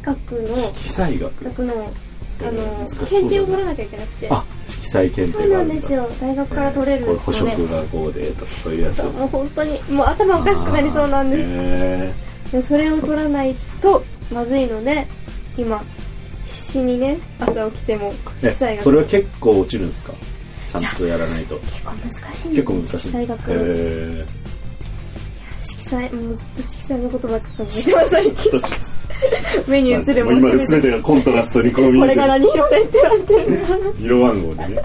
学の色彩学学のあうのん難しそうだな検定を取らなきゃいけなくてあ色彩検そう定がなあるんんだですよ大学から取れるこれの補色がこうでとかそういうやつそうもう本当にもう頭おかしくなりそうなんですへでもそれを取らないとまずいので今必死にね朝起きてもー色彩え学それは結構落ちるんですかちゃんとやらないと結構難しいんで結構難しい色彩学、へー色彩もうずっと色彩のことばっか考えてます最近ちょっとし目に映るももう今の全全ててがコントラストにこう見こえれてがる何色でってなってるんだ色番号でね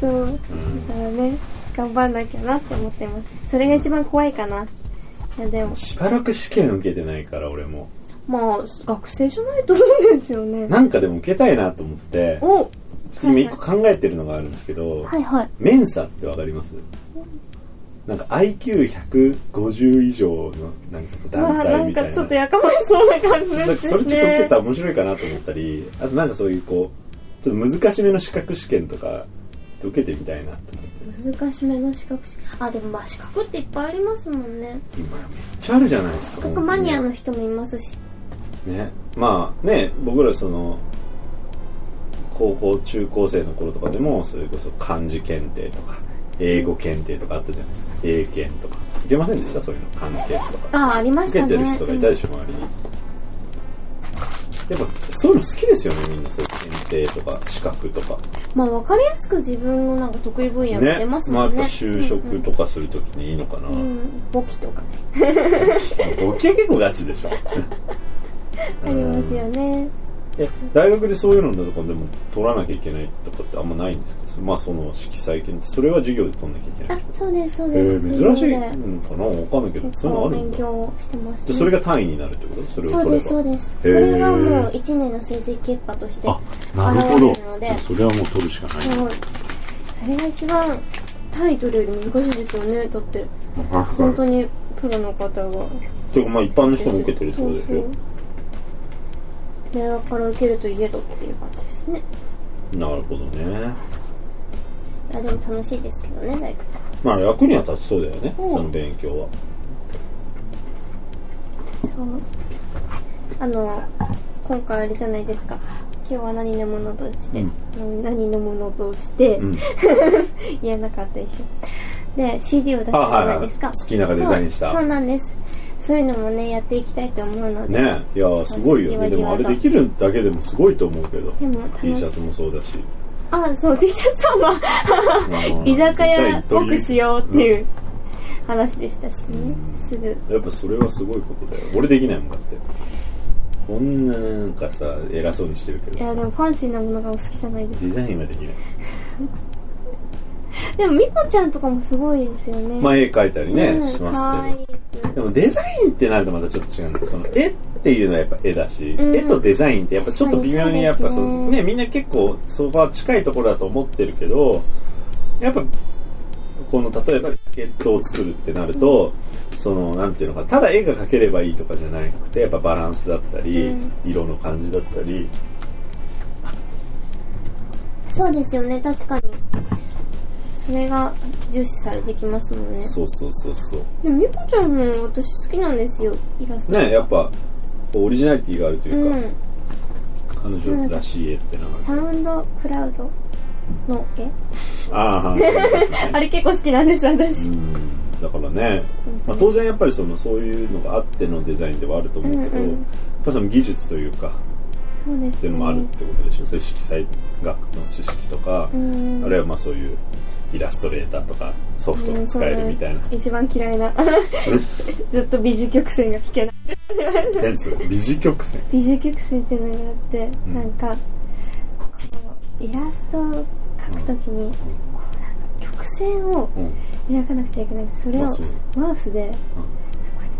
そうだからね頑張んなきゃなって思ってますそれが一番怖いかな、いやでももうしばらく試験受けてないから俺もまあ学生じゃないとそうですよねなんかでも受けたいなと思っておちょっと今一個考えてるのがあるんですけど、はいはいメンサってわかりますなんか IQ150 以上のなんか団わあな体んみたいかなちょっとやかましそうな感じなんかでそれちすょっと受けねたら面白いかなと思ったりあとなんかそういうこうちょっと難しめの資格試験とかちょっと受けてみたいなと思って難しめの資格しあでもまあ資格っていっぱいありますもんね今めっちゃあるじゃないですか資格マニアの人もいますしねまあね僕らその高校中高生の頃とかでもそれこそ漢字検定とか英語検定とかあったじゃないですか英検とか受けませんでしたそういうの漢字検定とかああありまし受たけねてる人がいたでしょ周りにやっぱそういうの好きですよねみんなそういう検定とか資格とかまあ分かりやすく自分のなんか得意分野が出ますまあもやっんねぱ就職とかするときにいいのかな、うんうんうん簿記とかねボケは結構ガチでしょありますよねえ大学でそういうのとかでも取らなきゃいけないとかってあんまないんですかまあその色彩検定それは授業で取んなきゃいけなあいってことそうですそうえでーす、珍しい自分でのかなわかんないけど結そういうの構あるん勉だ強してますでねそれが単位になるってことそれをそう取れでばすそうですそへーれがもう1年の成績結果としてあなるほど現れるのでじゃあそれはもう取るしかないはいそれが一番タイトルより難しいですよねだって本本当にプロの方がていうかまあ一般の人も受けてるってことですよそうそう大学から受けるといえどっていう感じですねなるほどねいやでも楽しいですけどね大学まあ役には立ちそうだよねうんその勉強はそうあの今回あれじゃないですか今日は何のものとして、うんうん何のものとして、うん <laughs> 言えなかったでしょで CD を出したじあゃはないいはでいすか、月なんかデザインしそうそうたなんですそういうのもねやっていきたいと思うので、ねいやすごいよねでもあれできるだけでもすごいと思うけどでも楽し T いシャツもそうだしあそう T シャツはまあ居酒屋っぽくしようっていうう話でしたしねすぐんやっぱそれはすごいことだよ俺できないもんだってこんななんかさ偉そうにしてるけどいやでもファンシーなものがお好きじゃないですデかザインはできないでもミコちゃんとかもすごいですよねまあ絵描いたりね、うんしかまわすいけいどでもデザインってなるとまたちょっと違うんだけどその絵っていうのはやっぱ絵だし、うん絵とデザインってやっぱちょっと微妙にやっぱそ確かにそうのですねねみんな結構そこは近いところだと思ってるけどやっぱこの例えばジャケットを作るってなると、そのなんていうのかただ絵が描ければいいとかじゃなくてやっぱバランスだったり、うん色の感じだったりそうですよね確かにそれが重視されてきますもんねそうそうそうそうでもミコちゃんも私好きなんですよイラストねやっぱこうオリジナリティがあるとういうか、ん彼女らしい絵ってなんかサウンドクラウドの絵ああはいあれ結構好きなんです私うんだからね、まあ、当然やっぱりそのそういうのがあってのデザインではあると思うけど、うんうんやっぱその技術というかそうでっすていうねのもあるってことでしょ、そういう色彩学の知識とか、うんあるいはまあそういうイラストレーターとかソフトを使えるみたいな、一番嫌いな <laughs> ずっと美術曲線が聞けない何それ美事曲線美術曲線っていうのがあって、んなんかこうイラストを描くときに、こうなんか曲線をうん描かなくちゃいけないそれまをあそうマウスで、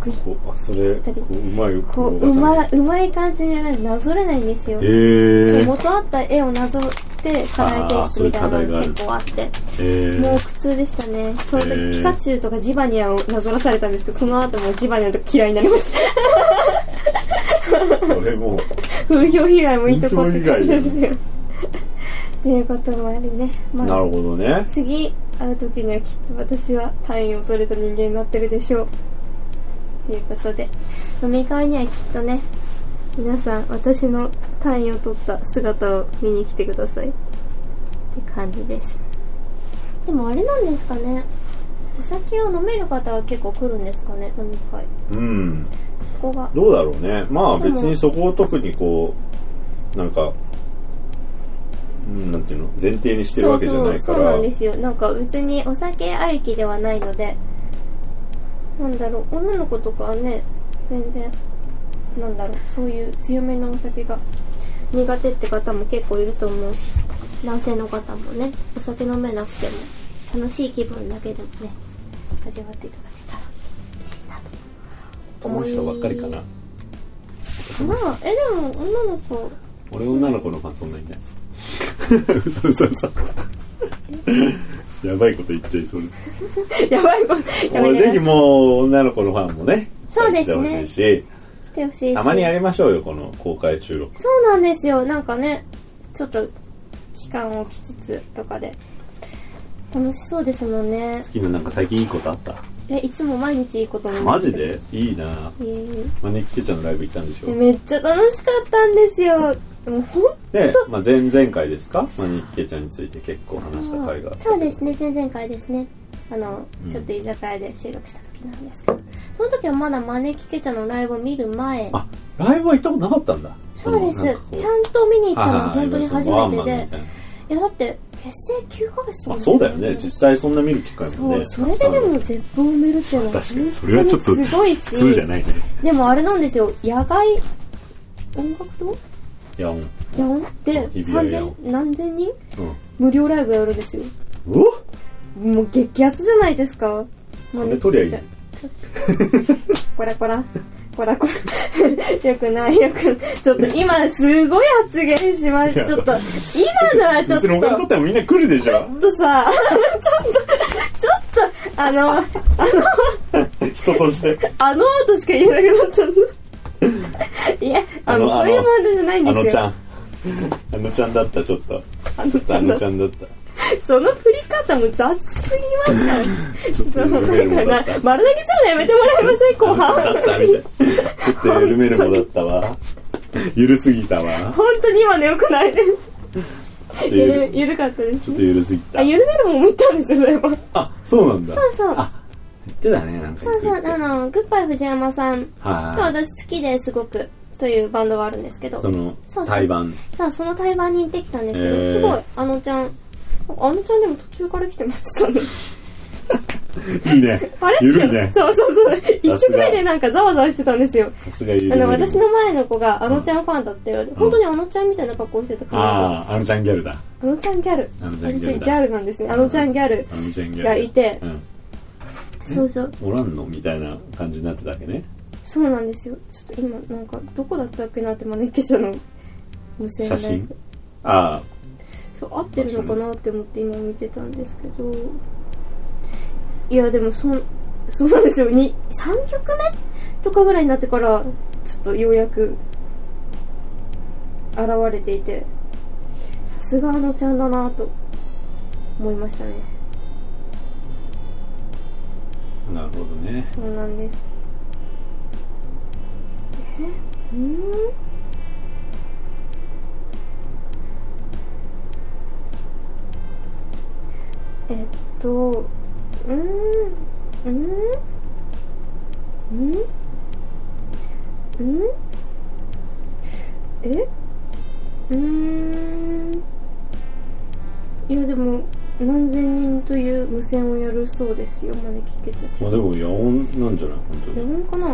こうやってグイッこうあそれこううまいこ動うかうさなまいいうまい感じになぞれないんですよ、へえ元あった絵をなぞって課題提出みたいなのが結構あってえもう苦痛でしたねその時、へーピカチュウとかジバニアをなぞらされたんですけどその後もジバニアとか嫌いになりましたそれも風評被害もいいとこって感じです風評被害だよっていうこともありね、まなあ、るほどね次会う時にはきっと私は単位を取れた人間になってるでしょうということで飲み会にはきっとね皆さん私の単位を取った姿を見に来てくださいって感じですでもあれなんですかねお酒を飲める方は結構来るんですかね飲み会うんそこがどうだろうねまあでも別にそこを特にこうなんかうんなんていうの前提にしてるそわうけじゃなそいうかそうらなんですよなんか別にお酒ありきではないのでなんだろう女の子とかはね全然なんだろうそういう強めのお酒が苦手って方も結構いると思うし男性の方もねお酒飲めなくても楽しい気分だけでもね味わっていただけたら嬉しいなと友人ばっかりかなことなあえでも女の子 <laughs> 俺女の子のファンそんなにい <laughs> ない嘘嘘嘘やばいこと言っちゃいそうやばいこやば俺いぜひ来もう女の子のファンもねそうですね入ってほしいしてほしいしたまにやりましょうよこの公開収録そうなんですよなんかねちょっと期間を置きつつとかで楽しそうですもんね好きななんか最近いいことあったえいつも毎日いいこと思うマジでいいなえー招きけちゃんのライブ行ったんでしょめっちゃ楽しかったんですよもうほんで、まあ、前々回ですか招きけちゃんについて結構話した回があったけどそうですね前々回ですねあの、うんちょっと居酒屋で収録した時なんですけどその時はまだ招きケチャのライブを見る前あライブは行ったことなかったんだそうですなんかこうちゃんと見に行ったのはあー本当に初ワンめマてンみでたいないやだって結成9ヶ月とかあそうだよね実際そんな見る機会もそねうそれででも絶望埋めるっていうのは確かにそれはちょっと本当にすごいし普通じゃないねでもあれなんですよ野外音楽堂いやうん、うん、やんって日比谷野3000何千人無料ライブやるんですようわもう激アツじゃないですかもう金取りゃいいのにこらこらこらこら <laughs> よくないよくないちょっと今すごい発言しましいやたちょっと今のはちょっ別にお金取っとたらみんな来るでしょ <laughs> ちょっとさちょっとちょっとあのあの人としてあのーとしか言えなくなっちゃったいやあのあのそういう問題じゃないんあですよのちゃんあのちゃんだったちょっとあのあのちだゃんだったその振り方も雑すぎますから <laughs> ちょっとその緩めるもんだなっんたかな丸投げするのやめてもらえません後あのちゃんだ半ったみたいなちょっと緩めるもんだった <laughs> わゆるすぎたわ本当に今のよくないですちょっとゆゆるるゆるかったでちすょっとゆるすぎたあゆるめるもんも言ったんですよそういえばあそうなんだそうそうあ言ってたねなんかそ言うそっうてあのグッバイ藤山さんがは私好きですごくというバンドがあるんですけどいそのそうそう対バンさあその対バンに行ってきたんですけど、へーすごいあのちゃんあのちゃんでも途中から来てましたねいいねあれゆるいね <laughs> そうそうそう1さす曲が目でなんかざわざわしてたんですよさすがゆるあめるの私の前の子があのちゃんファンだったようで、本当にあのちゃんみたいな格好してたからあああのちゃんギャルだあのちゃんギャルあのちゃんギャルだあのちゃんなんですねあのちゃんギャルあのちゃんギャルがいてうんそうそうおらんのみたいな感じになってたわけねそうなんですよちょっと今なんかどこだったっけなってマネッケちゃんの無線写真ああそう合ってるのかなって思って今見てたんですけどいやでもそんそうなんですよに3曲目とかぐらいになってからちょっとようやく現れていてさすがあのちゃんだなと思いましたねなるほどねそうなんですえうんえっとうんうんうんうんえうーんいやでも何千人という無線をやるそうですよ招きケチャちゃまんあでも野音なんじゃない本当にレへモンかな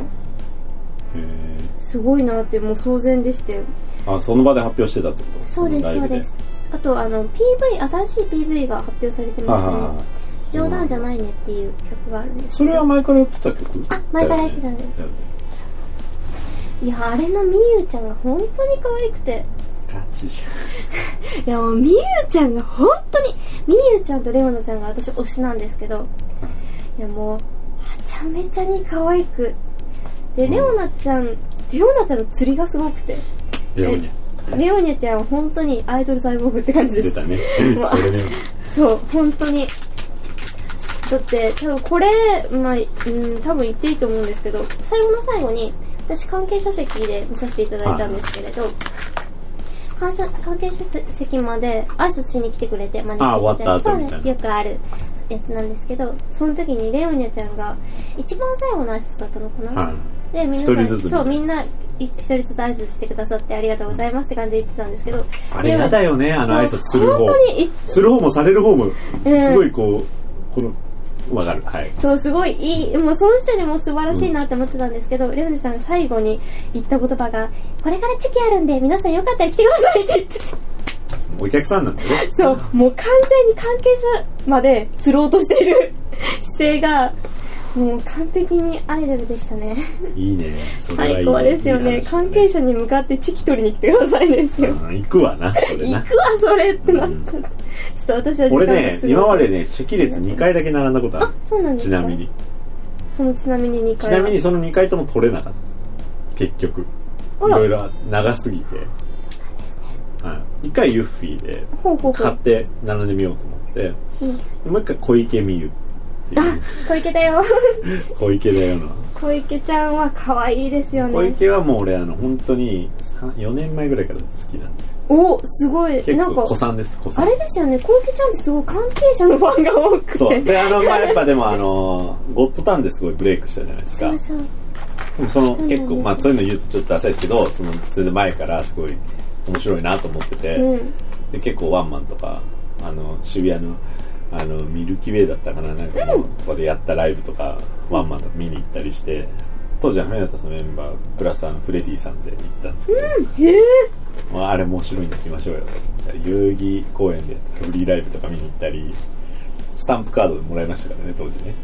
えすごいなってもう騒然でしてあその場で発表してたってことのライブあとあの PV 新しい PV が発表されてましたあね「あ冗談じゃないね」っていう曲があるんですそれは前からやってた曲あ前からやってたんですだよねそうそうそういやあれのみゆちゃんが本当に可愛くてガチじいやもうみゆちゃんが本当にみゆちゃんとレオナちゃんが私推しなんですけどいやもうはちゃめちゃに可愛くでレオナちゃんレオナちゃんの釣りがすごくてゃんレオニャレオニャちゃんは本当にアイドルサイボーグって感じで出すたねもうそれねそう本当にだって多分これまあうん多分言っていいと思うんですけど最後の最後に私関係者席で見させていただいたんですけれど、関者関係者席まで挨拶しに来てくれて、まああ終わった後そうみたいなよくあるやつなんですけどその時にレオニャちゃんが一番最後の挨拶だったのかな、はいでみんな一人ずつねそうみんな一人ずつ挨拶してくださってありがとうございますって感じで言ってたんですけどあれやだよねあの挨拶するそう方本当にいする方もされる方もうんすごいこうこのわかるはいそう、すごいいい、もうその時点でもう素晴らしいなって思ってたんですけど、レオナちゃんが最後に言った言葉が、これからチェキあるんで、皆さんよかったら来てくださいって言 <laughs> ってて、お客さんなんだねそう、もう完全に関係者まで釣ろうとしている姿勢が、もう完璧にアイドルでしたねいいねそれはい最い高ですよいいね話だ関係者に向かってチキ取りに来てくださいですようん行くわなそれ行なくわそれってなっちゃった、ちょっと私は時間俺がねすごい今までねチェキ列2回だけ並んだことあるあそうなんですちかなみにそのちなみに2回ちなみにその2回とも取れなかった結局いあらろいろ長すぎてはい、1回ユッフィーでほうほうほ買っうて並んでみようと思って、うんでもう一回小池美優っていあう小池だよ小池だよな <laughs> 小池ちゃんは可愛いですよ小ね池はもう俺あの本当に4年前ぐらいから好きなんですよおすごい結なん構か子さんです子さあんれですよね小池ちゃんってすごい関係者のファンが多くてそうであのまあやっぱでもあのゴッドタンですごいブレイクしたじゃないですかそうそうでもそのん結構まあそういうの言うとちょっとダサいですけどそのそれで前からすごい面白いなと思ってて、うんで結構ワンマンとかあの渋谷のあのミルキーウェイだったかななんかのとかでやったライブとか、ワンマンとか見に行ったりして当時は早田さんのメンバーグラさんフレディさんで行ったんですけど、へえまあ、あれ面白いんで行きましょうよとか言ったり代々木公園でフリーライブとか見に行ったりスタンプカードでもらいましたからね当時 <laughs> ね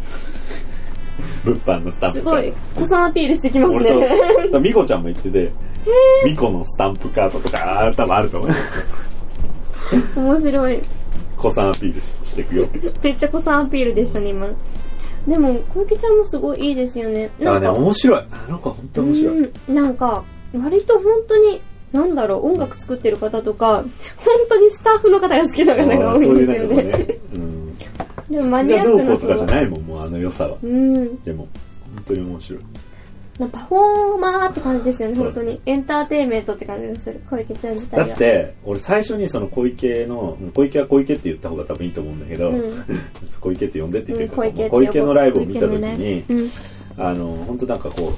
物販のスタンプすカードごい子さんアピールしてきます俺ねとそうミコちゃんも言っててミコのスタンプカードとかあー多分あると <laughs> 思うよ面白い子さんアピールししてくよめっちゃ子さんアピールでしたね今でも小池ちゃんもすごいいいですよねだかならんねか面白いあの子本当面白いうんなんか割と本当になんだろう音楽作ってる方とか本当にスタッフの方が好きな方があー多いそうんいうなですよんかねね、うん、でもマいニアやッどうクこなうとかじゃいないもんもうあの良さはうんでも本当に面白いパフォーマーって感じですよねそう本当にエンターテインメントって感じがする小池ちゃん自体だがって俺最初にその小池の小池は小池って言った方が多分いいと思うんだけど、うん <laughs> 小池って呼んでって言ってるから、もう呼小ぼう池のライブを見た時小池のにね、うんあの本当なんかこ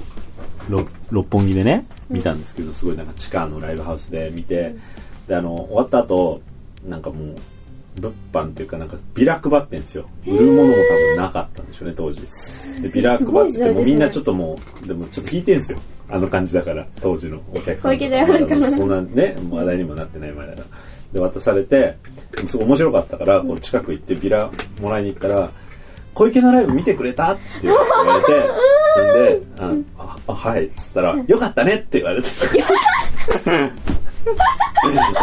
うろ六本木でね見たんですけど、すごいなんか地下のライブハウスで見て、であの終わった後なんかもう物販っていうかなんかビラ配ってんですよ売るものも多分なかったんでしょうね当時でビラ配すごいっ時てて代もでうすねみんなちょっともうでもちょっと引いてんすよあの感じだから当時のお客さん小池だよだからそんなね話題にもなってない前だからで渡されてすごい面白かったからこう近く行ってビラもらいに行ったら小池のライブ見てくれたって言われて、 <laughs> なんで、あ、あはい、っつったら、よかったねって言われて。 <laughs>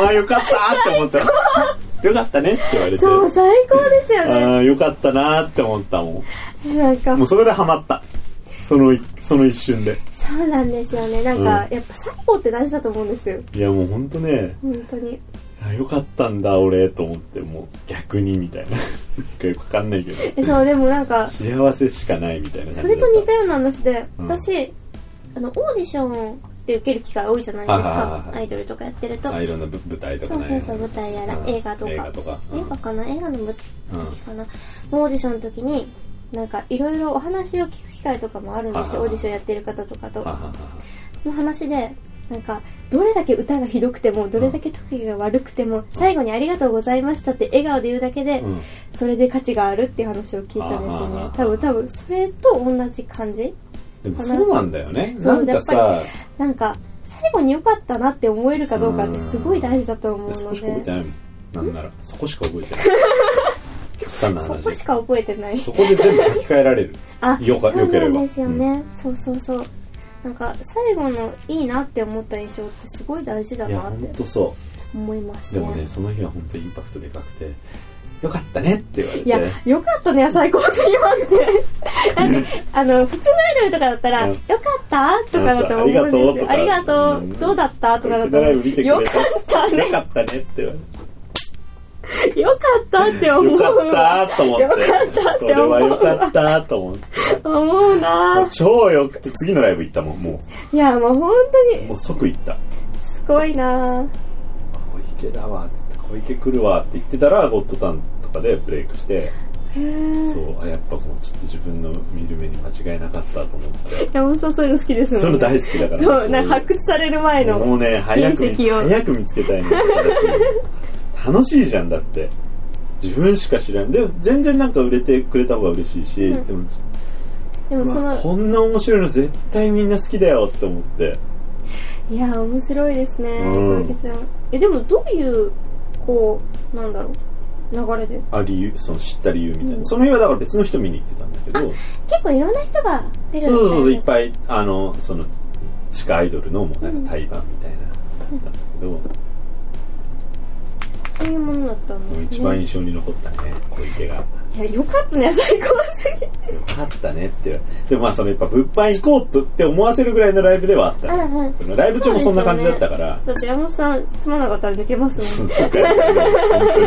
あ、よかったって思った。よかったねって言われて。そう最高ですよねああ、よかったなって思ったもなんかん。もうそこでハマった。その、その一瞬で。そうなんですよねなんか、うやっぱ最高って大事だと思うんですよいや、もうほんとね、本当にあよかったんだ、俺、と思って、もう逆にみたいな。なんかよくわかんないけど。えそうでもなんか幸せしかないみたいな感じだそれとった似たような話で、うん私あのオーディションって受ける機会多いじゃないではすいはいはいかはいアイドルとかやってるとあいろんなぶ舞台とかそうねそうそう舞台やらうん映画とか映画とかうん映画かな映画の舞うん時かなのオーディションの時になんかいろいろお話を聞く機会とかもあるんですはいはいよはオいーディションやってる方とかとはははの話でなんかどれだけ歌がひどくてもどれだけ特技が悪くても最後に「ありがとうございました」って笑顔で言うだけで、うんそれで価値があるっていう話を聞いたんであすーねあー多分多分それと同じ感じでもそうなんだよねそなうんかやさなんか最後に良かったなって思えるかどうかってすごい大事だと思うそこしかの覚えてでないもんなんならそこしか覚えてない極端なそ話こしか覚えてないそこで全部書き換えら <laughs> れるあよかそうよけなれんばですよね、そうそうそうなんか最後のいいなって思った印象ってすごい大事だいやなっ本て当そ思いますうねでもねその日は本当にインパクトでかくてよかったねって言われいやて、よかったね、最高すぎますね。 <laughs> なんか、あの、普通のアイドルとかだったら、うんよかったとかだと思うんですよ。あありりががととうとかう。どうだったとかだとライ思ブ見てくう。れたよかったよね。かったねって言われてよかったって思う。よかったと思ってよかったってそれ思はよう。かったと思って思うな超よくて次のライブ行ったもんもいや、もう本当うに、もう即行ったすごいな小池だわっつって小池来るわって言ってたらゴッドタンとかでブレイクしてへえ。そうあやっぱもうちょっと自分の見る目に間違いなかったと思って山本さんそういうの好きですもんね。そういうの大好きだからそう、そうなんかいう発掘される前の。もうね早く見隕石を早く見つけたいの新しいの楽しいじゃんだって自分しか知らんでも全然なんか売れてくれた方が嬉しいし、うんでもでもそうわの、こんな面白いの絶対みんな好きだよって思っていやー面白いですねうん小池ちゃんえでもどういうこうなんだろう流れであ理由その知った理由みたいな、うんその日はだから別の人見に行ってたんだけど結構いろんな人が出るそうそうそういっいぱいあのその地下アイドルのもうなんか対バンみたいな、だったけど、そういうものだったんですね一番印象に残ったね小池が。いやよかったね最高すぎよかったねってでもまあそのやっぱ物販行こうとって思わせるぐらいのライブではあった、うんうんそのライブ中もそんな感じだったからだって山本さんつまんなかったら抜けますもんすぐ帰る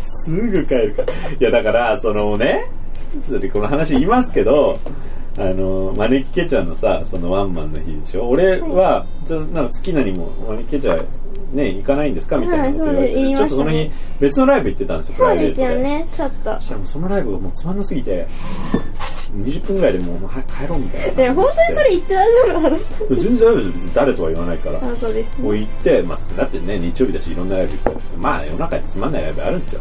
すぐ帰るからいやだからそのねだってこの話言いますけどあの招きケチャのさそのワンマンの日でしょ俺は、ちょなんか月何も招きケチャね行かないんですかみたいなこと言われて、はいそうです言いちょまっとしそたのね日別のライブ行ってたんですよプそラうイベでーすトでよねちょっとそしたらもうそのライブがもうつまんなすぎて20分ぐらいでもう早く帰ろうみたいなでも本当にそれ言って大丈夫な話だ全然大丈夫です別に誰とは言わないからあそうですこうね行って、まあ、だってね日曜日だしいろんなライブ行こうまあ世の中につまんないライブあるんですよ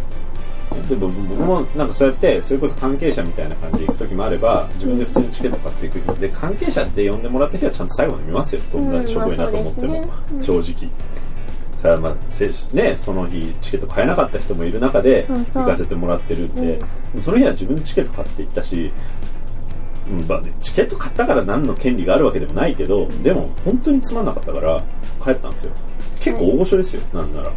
でも僕もなんかそうやってそれこそ関係者みたいな感じで行く時もあれば自分で普通にチケット買っていくで関係者って呼んでもらった日はちゃんと最後に見ますよどんなしょぼいなと思っても、うんまあそうですね正直さあまあせねその日チケット買えなかった人もいる中でそうそう行かせてもらってるんでうんでもその日は自分でチケット買っていったしうんまあね、チケット買ったから何の権利があるわけでもないけどでも本当につまんなかったから帰ったんですよ結構大御所ですよ、なんなら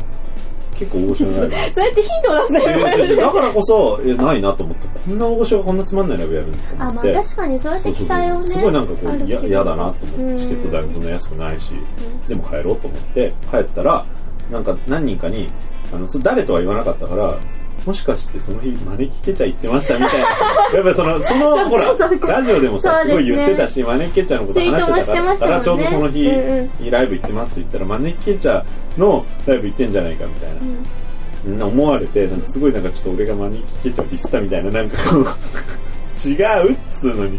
結構大御所のライブ <laughs> そうやってヒントを出すのいやいやいやよだからこそえないなと思ってこんな大御所がこんなつまんないライブやるんだとあ思まっあて確かにそうやって期待をねすごいなんかこう嫌だなと思っうてんチケット代もそんな安くないし、でも帰ろうと思って帰ったらなんか何人かにあのそれ誰とは言わなかったからもしかしてその日招きケチャ行ってましたみ <laughs> たいなやっぱりそのそのほらラジオでもさすそごうでいすね言ってたし招きケチャのこと話してたからだからちツイょうどートもしてそまのした日もんねうんにライブ行ってますって言ったら招きケチャのライブ行ってんじゃないかみたいな。みんな思われてなんかすごいなんかちょっと俺が招きケチャをディスったみたいななんかこう違うっつうのに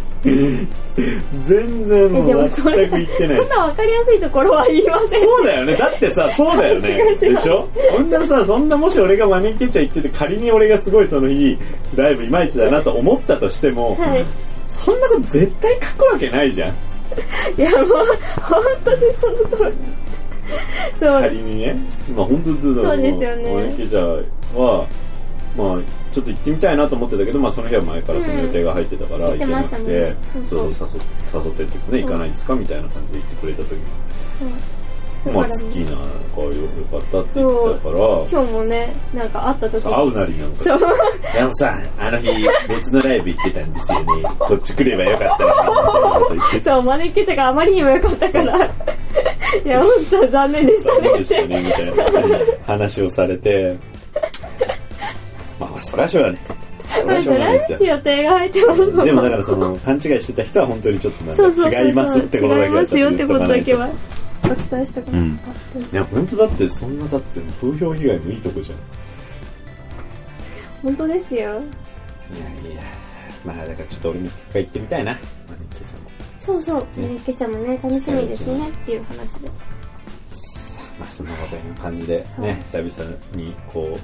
全然もえでうもそ全れく言ってないそんな分かりやすいところは言いませんそうだよねだってさそうだよね <laughs> 恥ずでかししいょそんなさそんなもし俺が招きケチャ行ってて仮に俺がすごいその日ライブいまいちだなと思ったとしても、はいそんなこと絶対書くわけないじゃんいやもう本当にその通りそう、仮にねまあ本当にそうですよね招きケチャはまあちょっと行ってみたいなと思ってたけど、まあ、その日は前からその予定が入ってたからう行んけなくて,、言ってましたねそそううそう誘誘ってっていうかね行かないんですかみたいな感じで言ってくれた時にだまかあら好きな子よかったって言ってたから今日もねなんか会った時に会うなりなんかそう山本さんあの日別のライブ行ってたんですよねこっち来ればよかったなみたいなこと言ってそう招きケチャがあまりにも良かったからいや本当は残念でしたそうねでっしたてねみたいな話をされてまあまあそれはしょうがないそれはしょうがないですよ来予定が入ってますもんでもだからその勘違いしてた人は本当にちょっとそうそなうんそかう違いますってことだけ違いはますちょよっとっ言っとてかことなだいけとはお伝えしたかった、うんいや本当だってそんなだって風評被害もいいとこじゃん本当ですよいやいやまあだからちょっと俺も一回行ってみたいなマネキンさんもそうそうね招きケチャもね楽しみですねっていう話でさあまあそんなこという感じでね久々にこ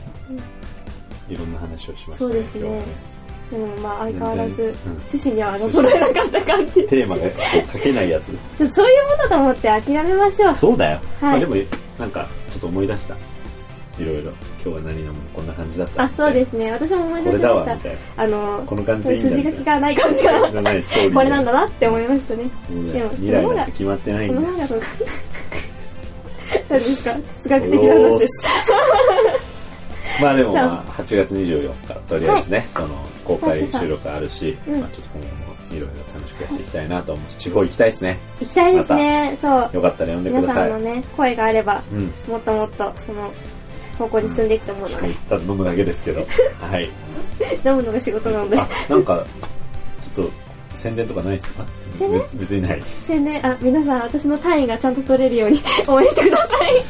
ういろんな話をしましたそうですね今日はでもまあ相変わらず全然うん趣旨には争えなかった感じテーマがこう書けないやつそうそういうものと思って諦めましょうそうだよ、まはあいでもなんかちょっと思い出したいろいろ今日は何々もこんな感じだったあそうですすね私も思いこ出れしだまわしたみたいなあのこの感じでいいんだ筋書きがない感じがじゃないストーリーでこれなんだなって思いましたねそうだでよもそ未の来な方んがて決まってないそんのだ方が分かんない何ですか哲学的な話ですまあでも、そうまあ、8月24日とりあえずね、その公開収録あるしそうそうそううんまあ、ちょっと今後もいろいろ楽しくやっていきたいなと思うし、地方行きたいですね行きたいですねそうよかったら呼んでく皆だささんいのね声があればうんもっともっとその方向に進んでいくと思う地の方で行ったら飲むだけですけ <laughs> どはい飲むのが仕事なのであなんかちょっと宣伝とかないですか宣伝別別にない宣伝あ皆さん私の単位がちゃんと取れるように応援してください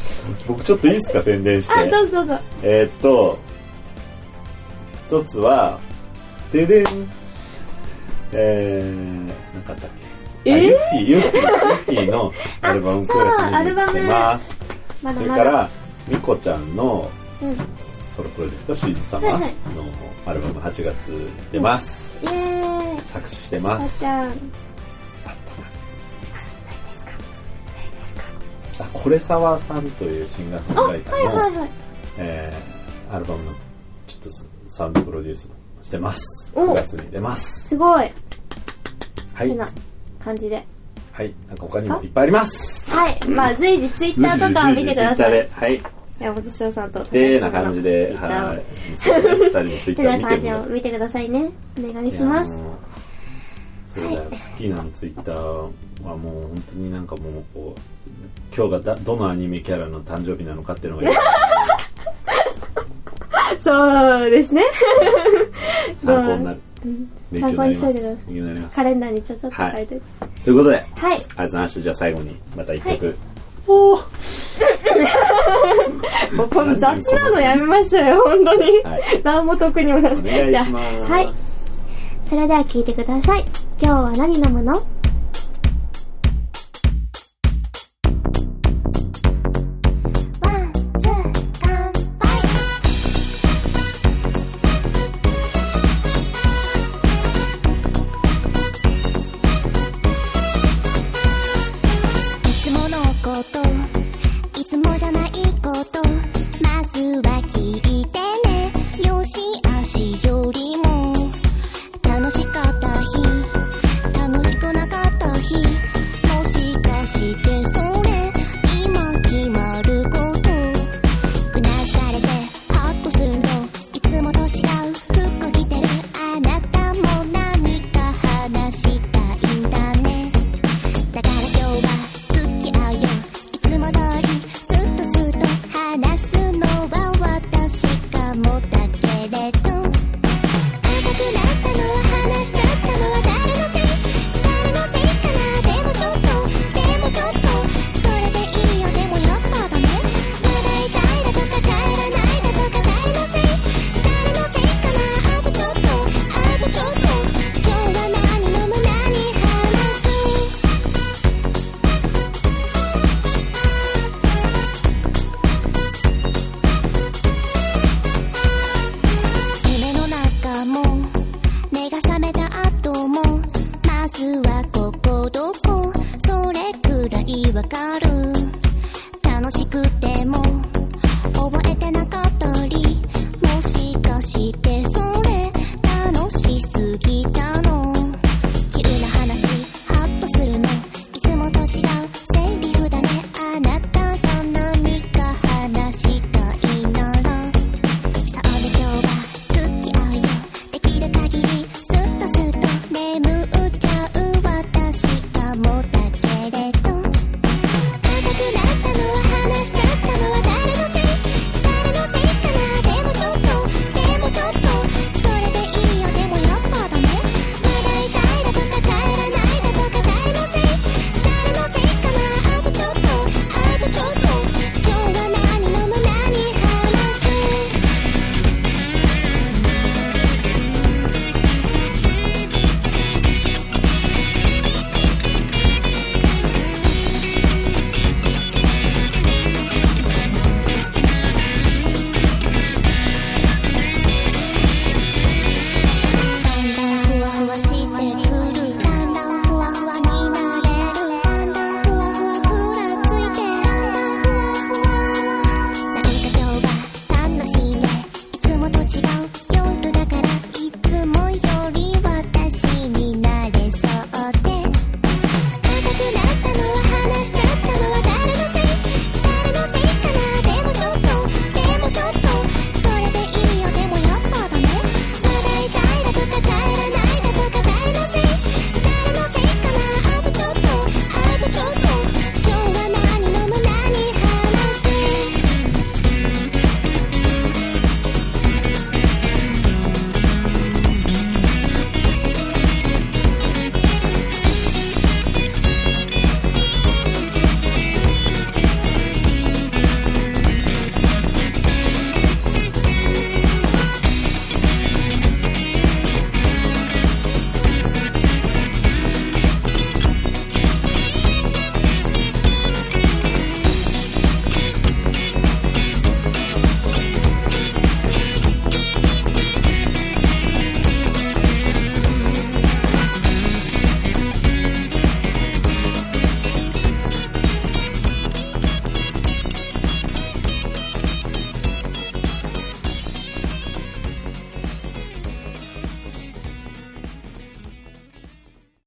僕ちょっといいですか宣伝してあどうぞどうぞえーっと一つはででんえー、なんかあったっけ、あえーユッフィーユッフィーユッフィー <laughs> のアルバム9そうア月ルバにム出ますまだそれまかだらみこちゃんのうんイソロプロジェクト「シーズ様」はのいはいアルバム8月出ます、エーイ作詞してまあすちゃんあこれ沢さんというシンガーソングライタはいーの、はいはいえーアルバムのちょっとサウンドプロデュースもしてますお9月に出ますすごいはい変な感じではいなんか他にもいっぱいありますはいまあ随時ツイッ随ターとか時見随時ツイッてくだターさいではい山本翔さんと高で橋さなんの感じで Twitter をはいそうね二人 <laughs> のツイッタてなー見感じてをも見てくださいねお願いしますいやもうそうだよ好きなツイッターはもう本当になんかもうこう今日がだどのアニメキャラの誕生日なのかっていうのがそうですね <laughs> 参考になる勉強になりま参考にしといてすください勉強になりますカレンダーにちょちょっと書いてということではい、ありがとうございましたじゃあ最後にまた一曲、もうこの雑なのやめましょうよ本当に、はい何も得にもならおない願いしますじゃあはいそれでは聞いてください今日は何飲むのワン、ツー、乾杯いつものこといつもじゃないことまずは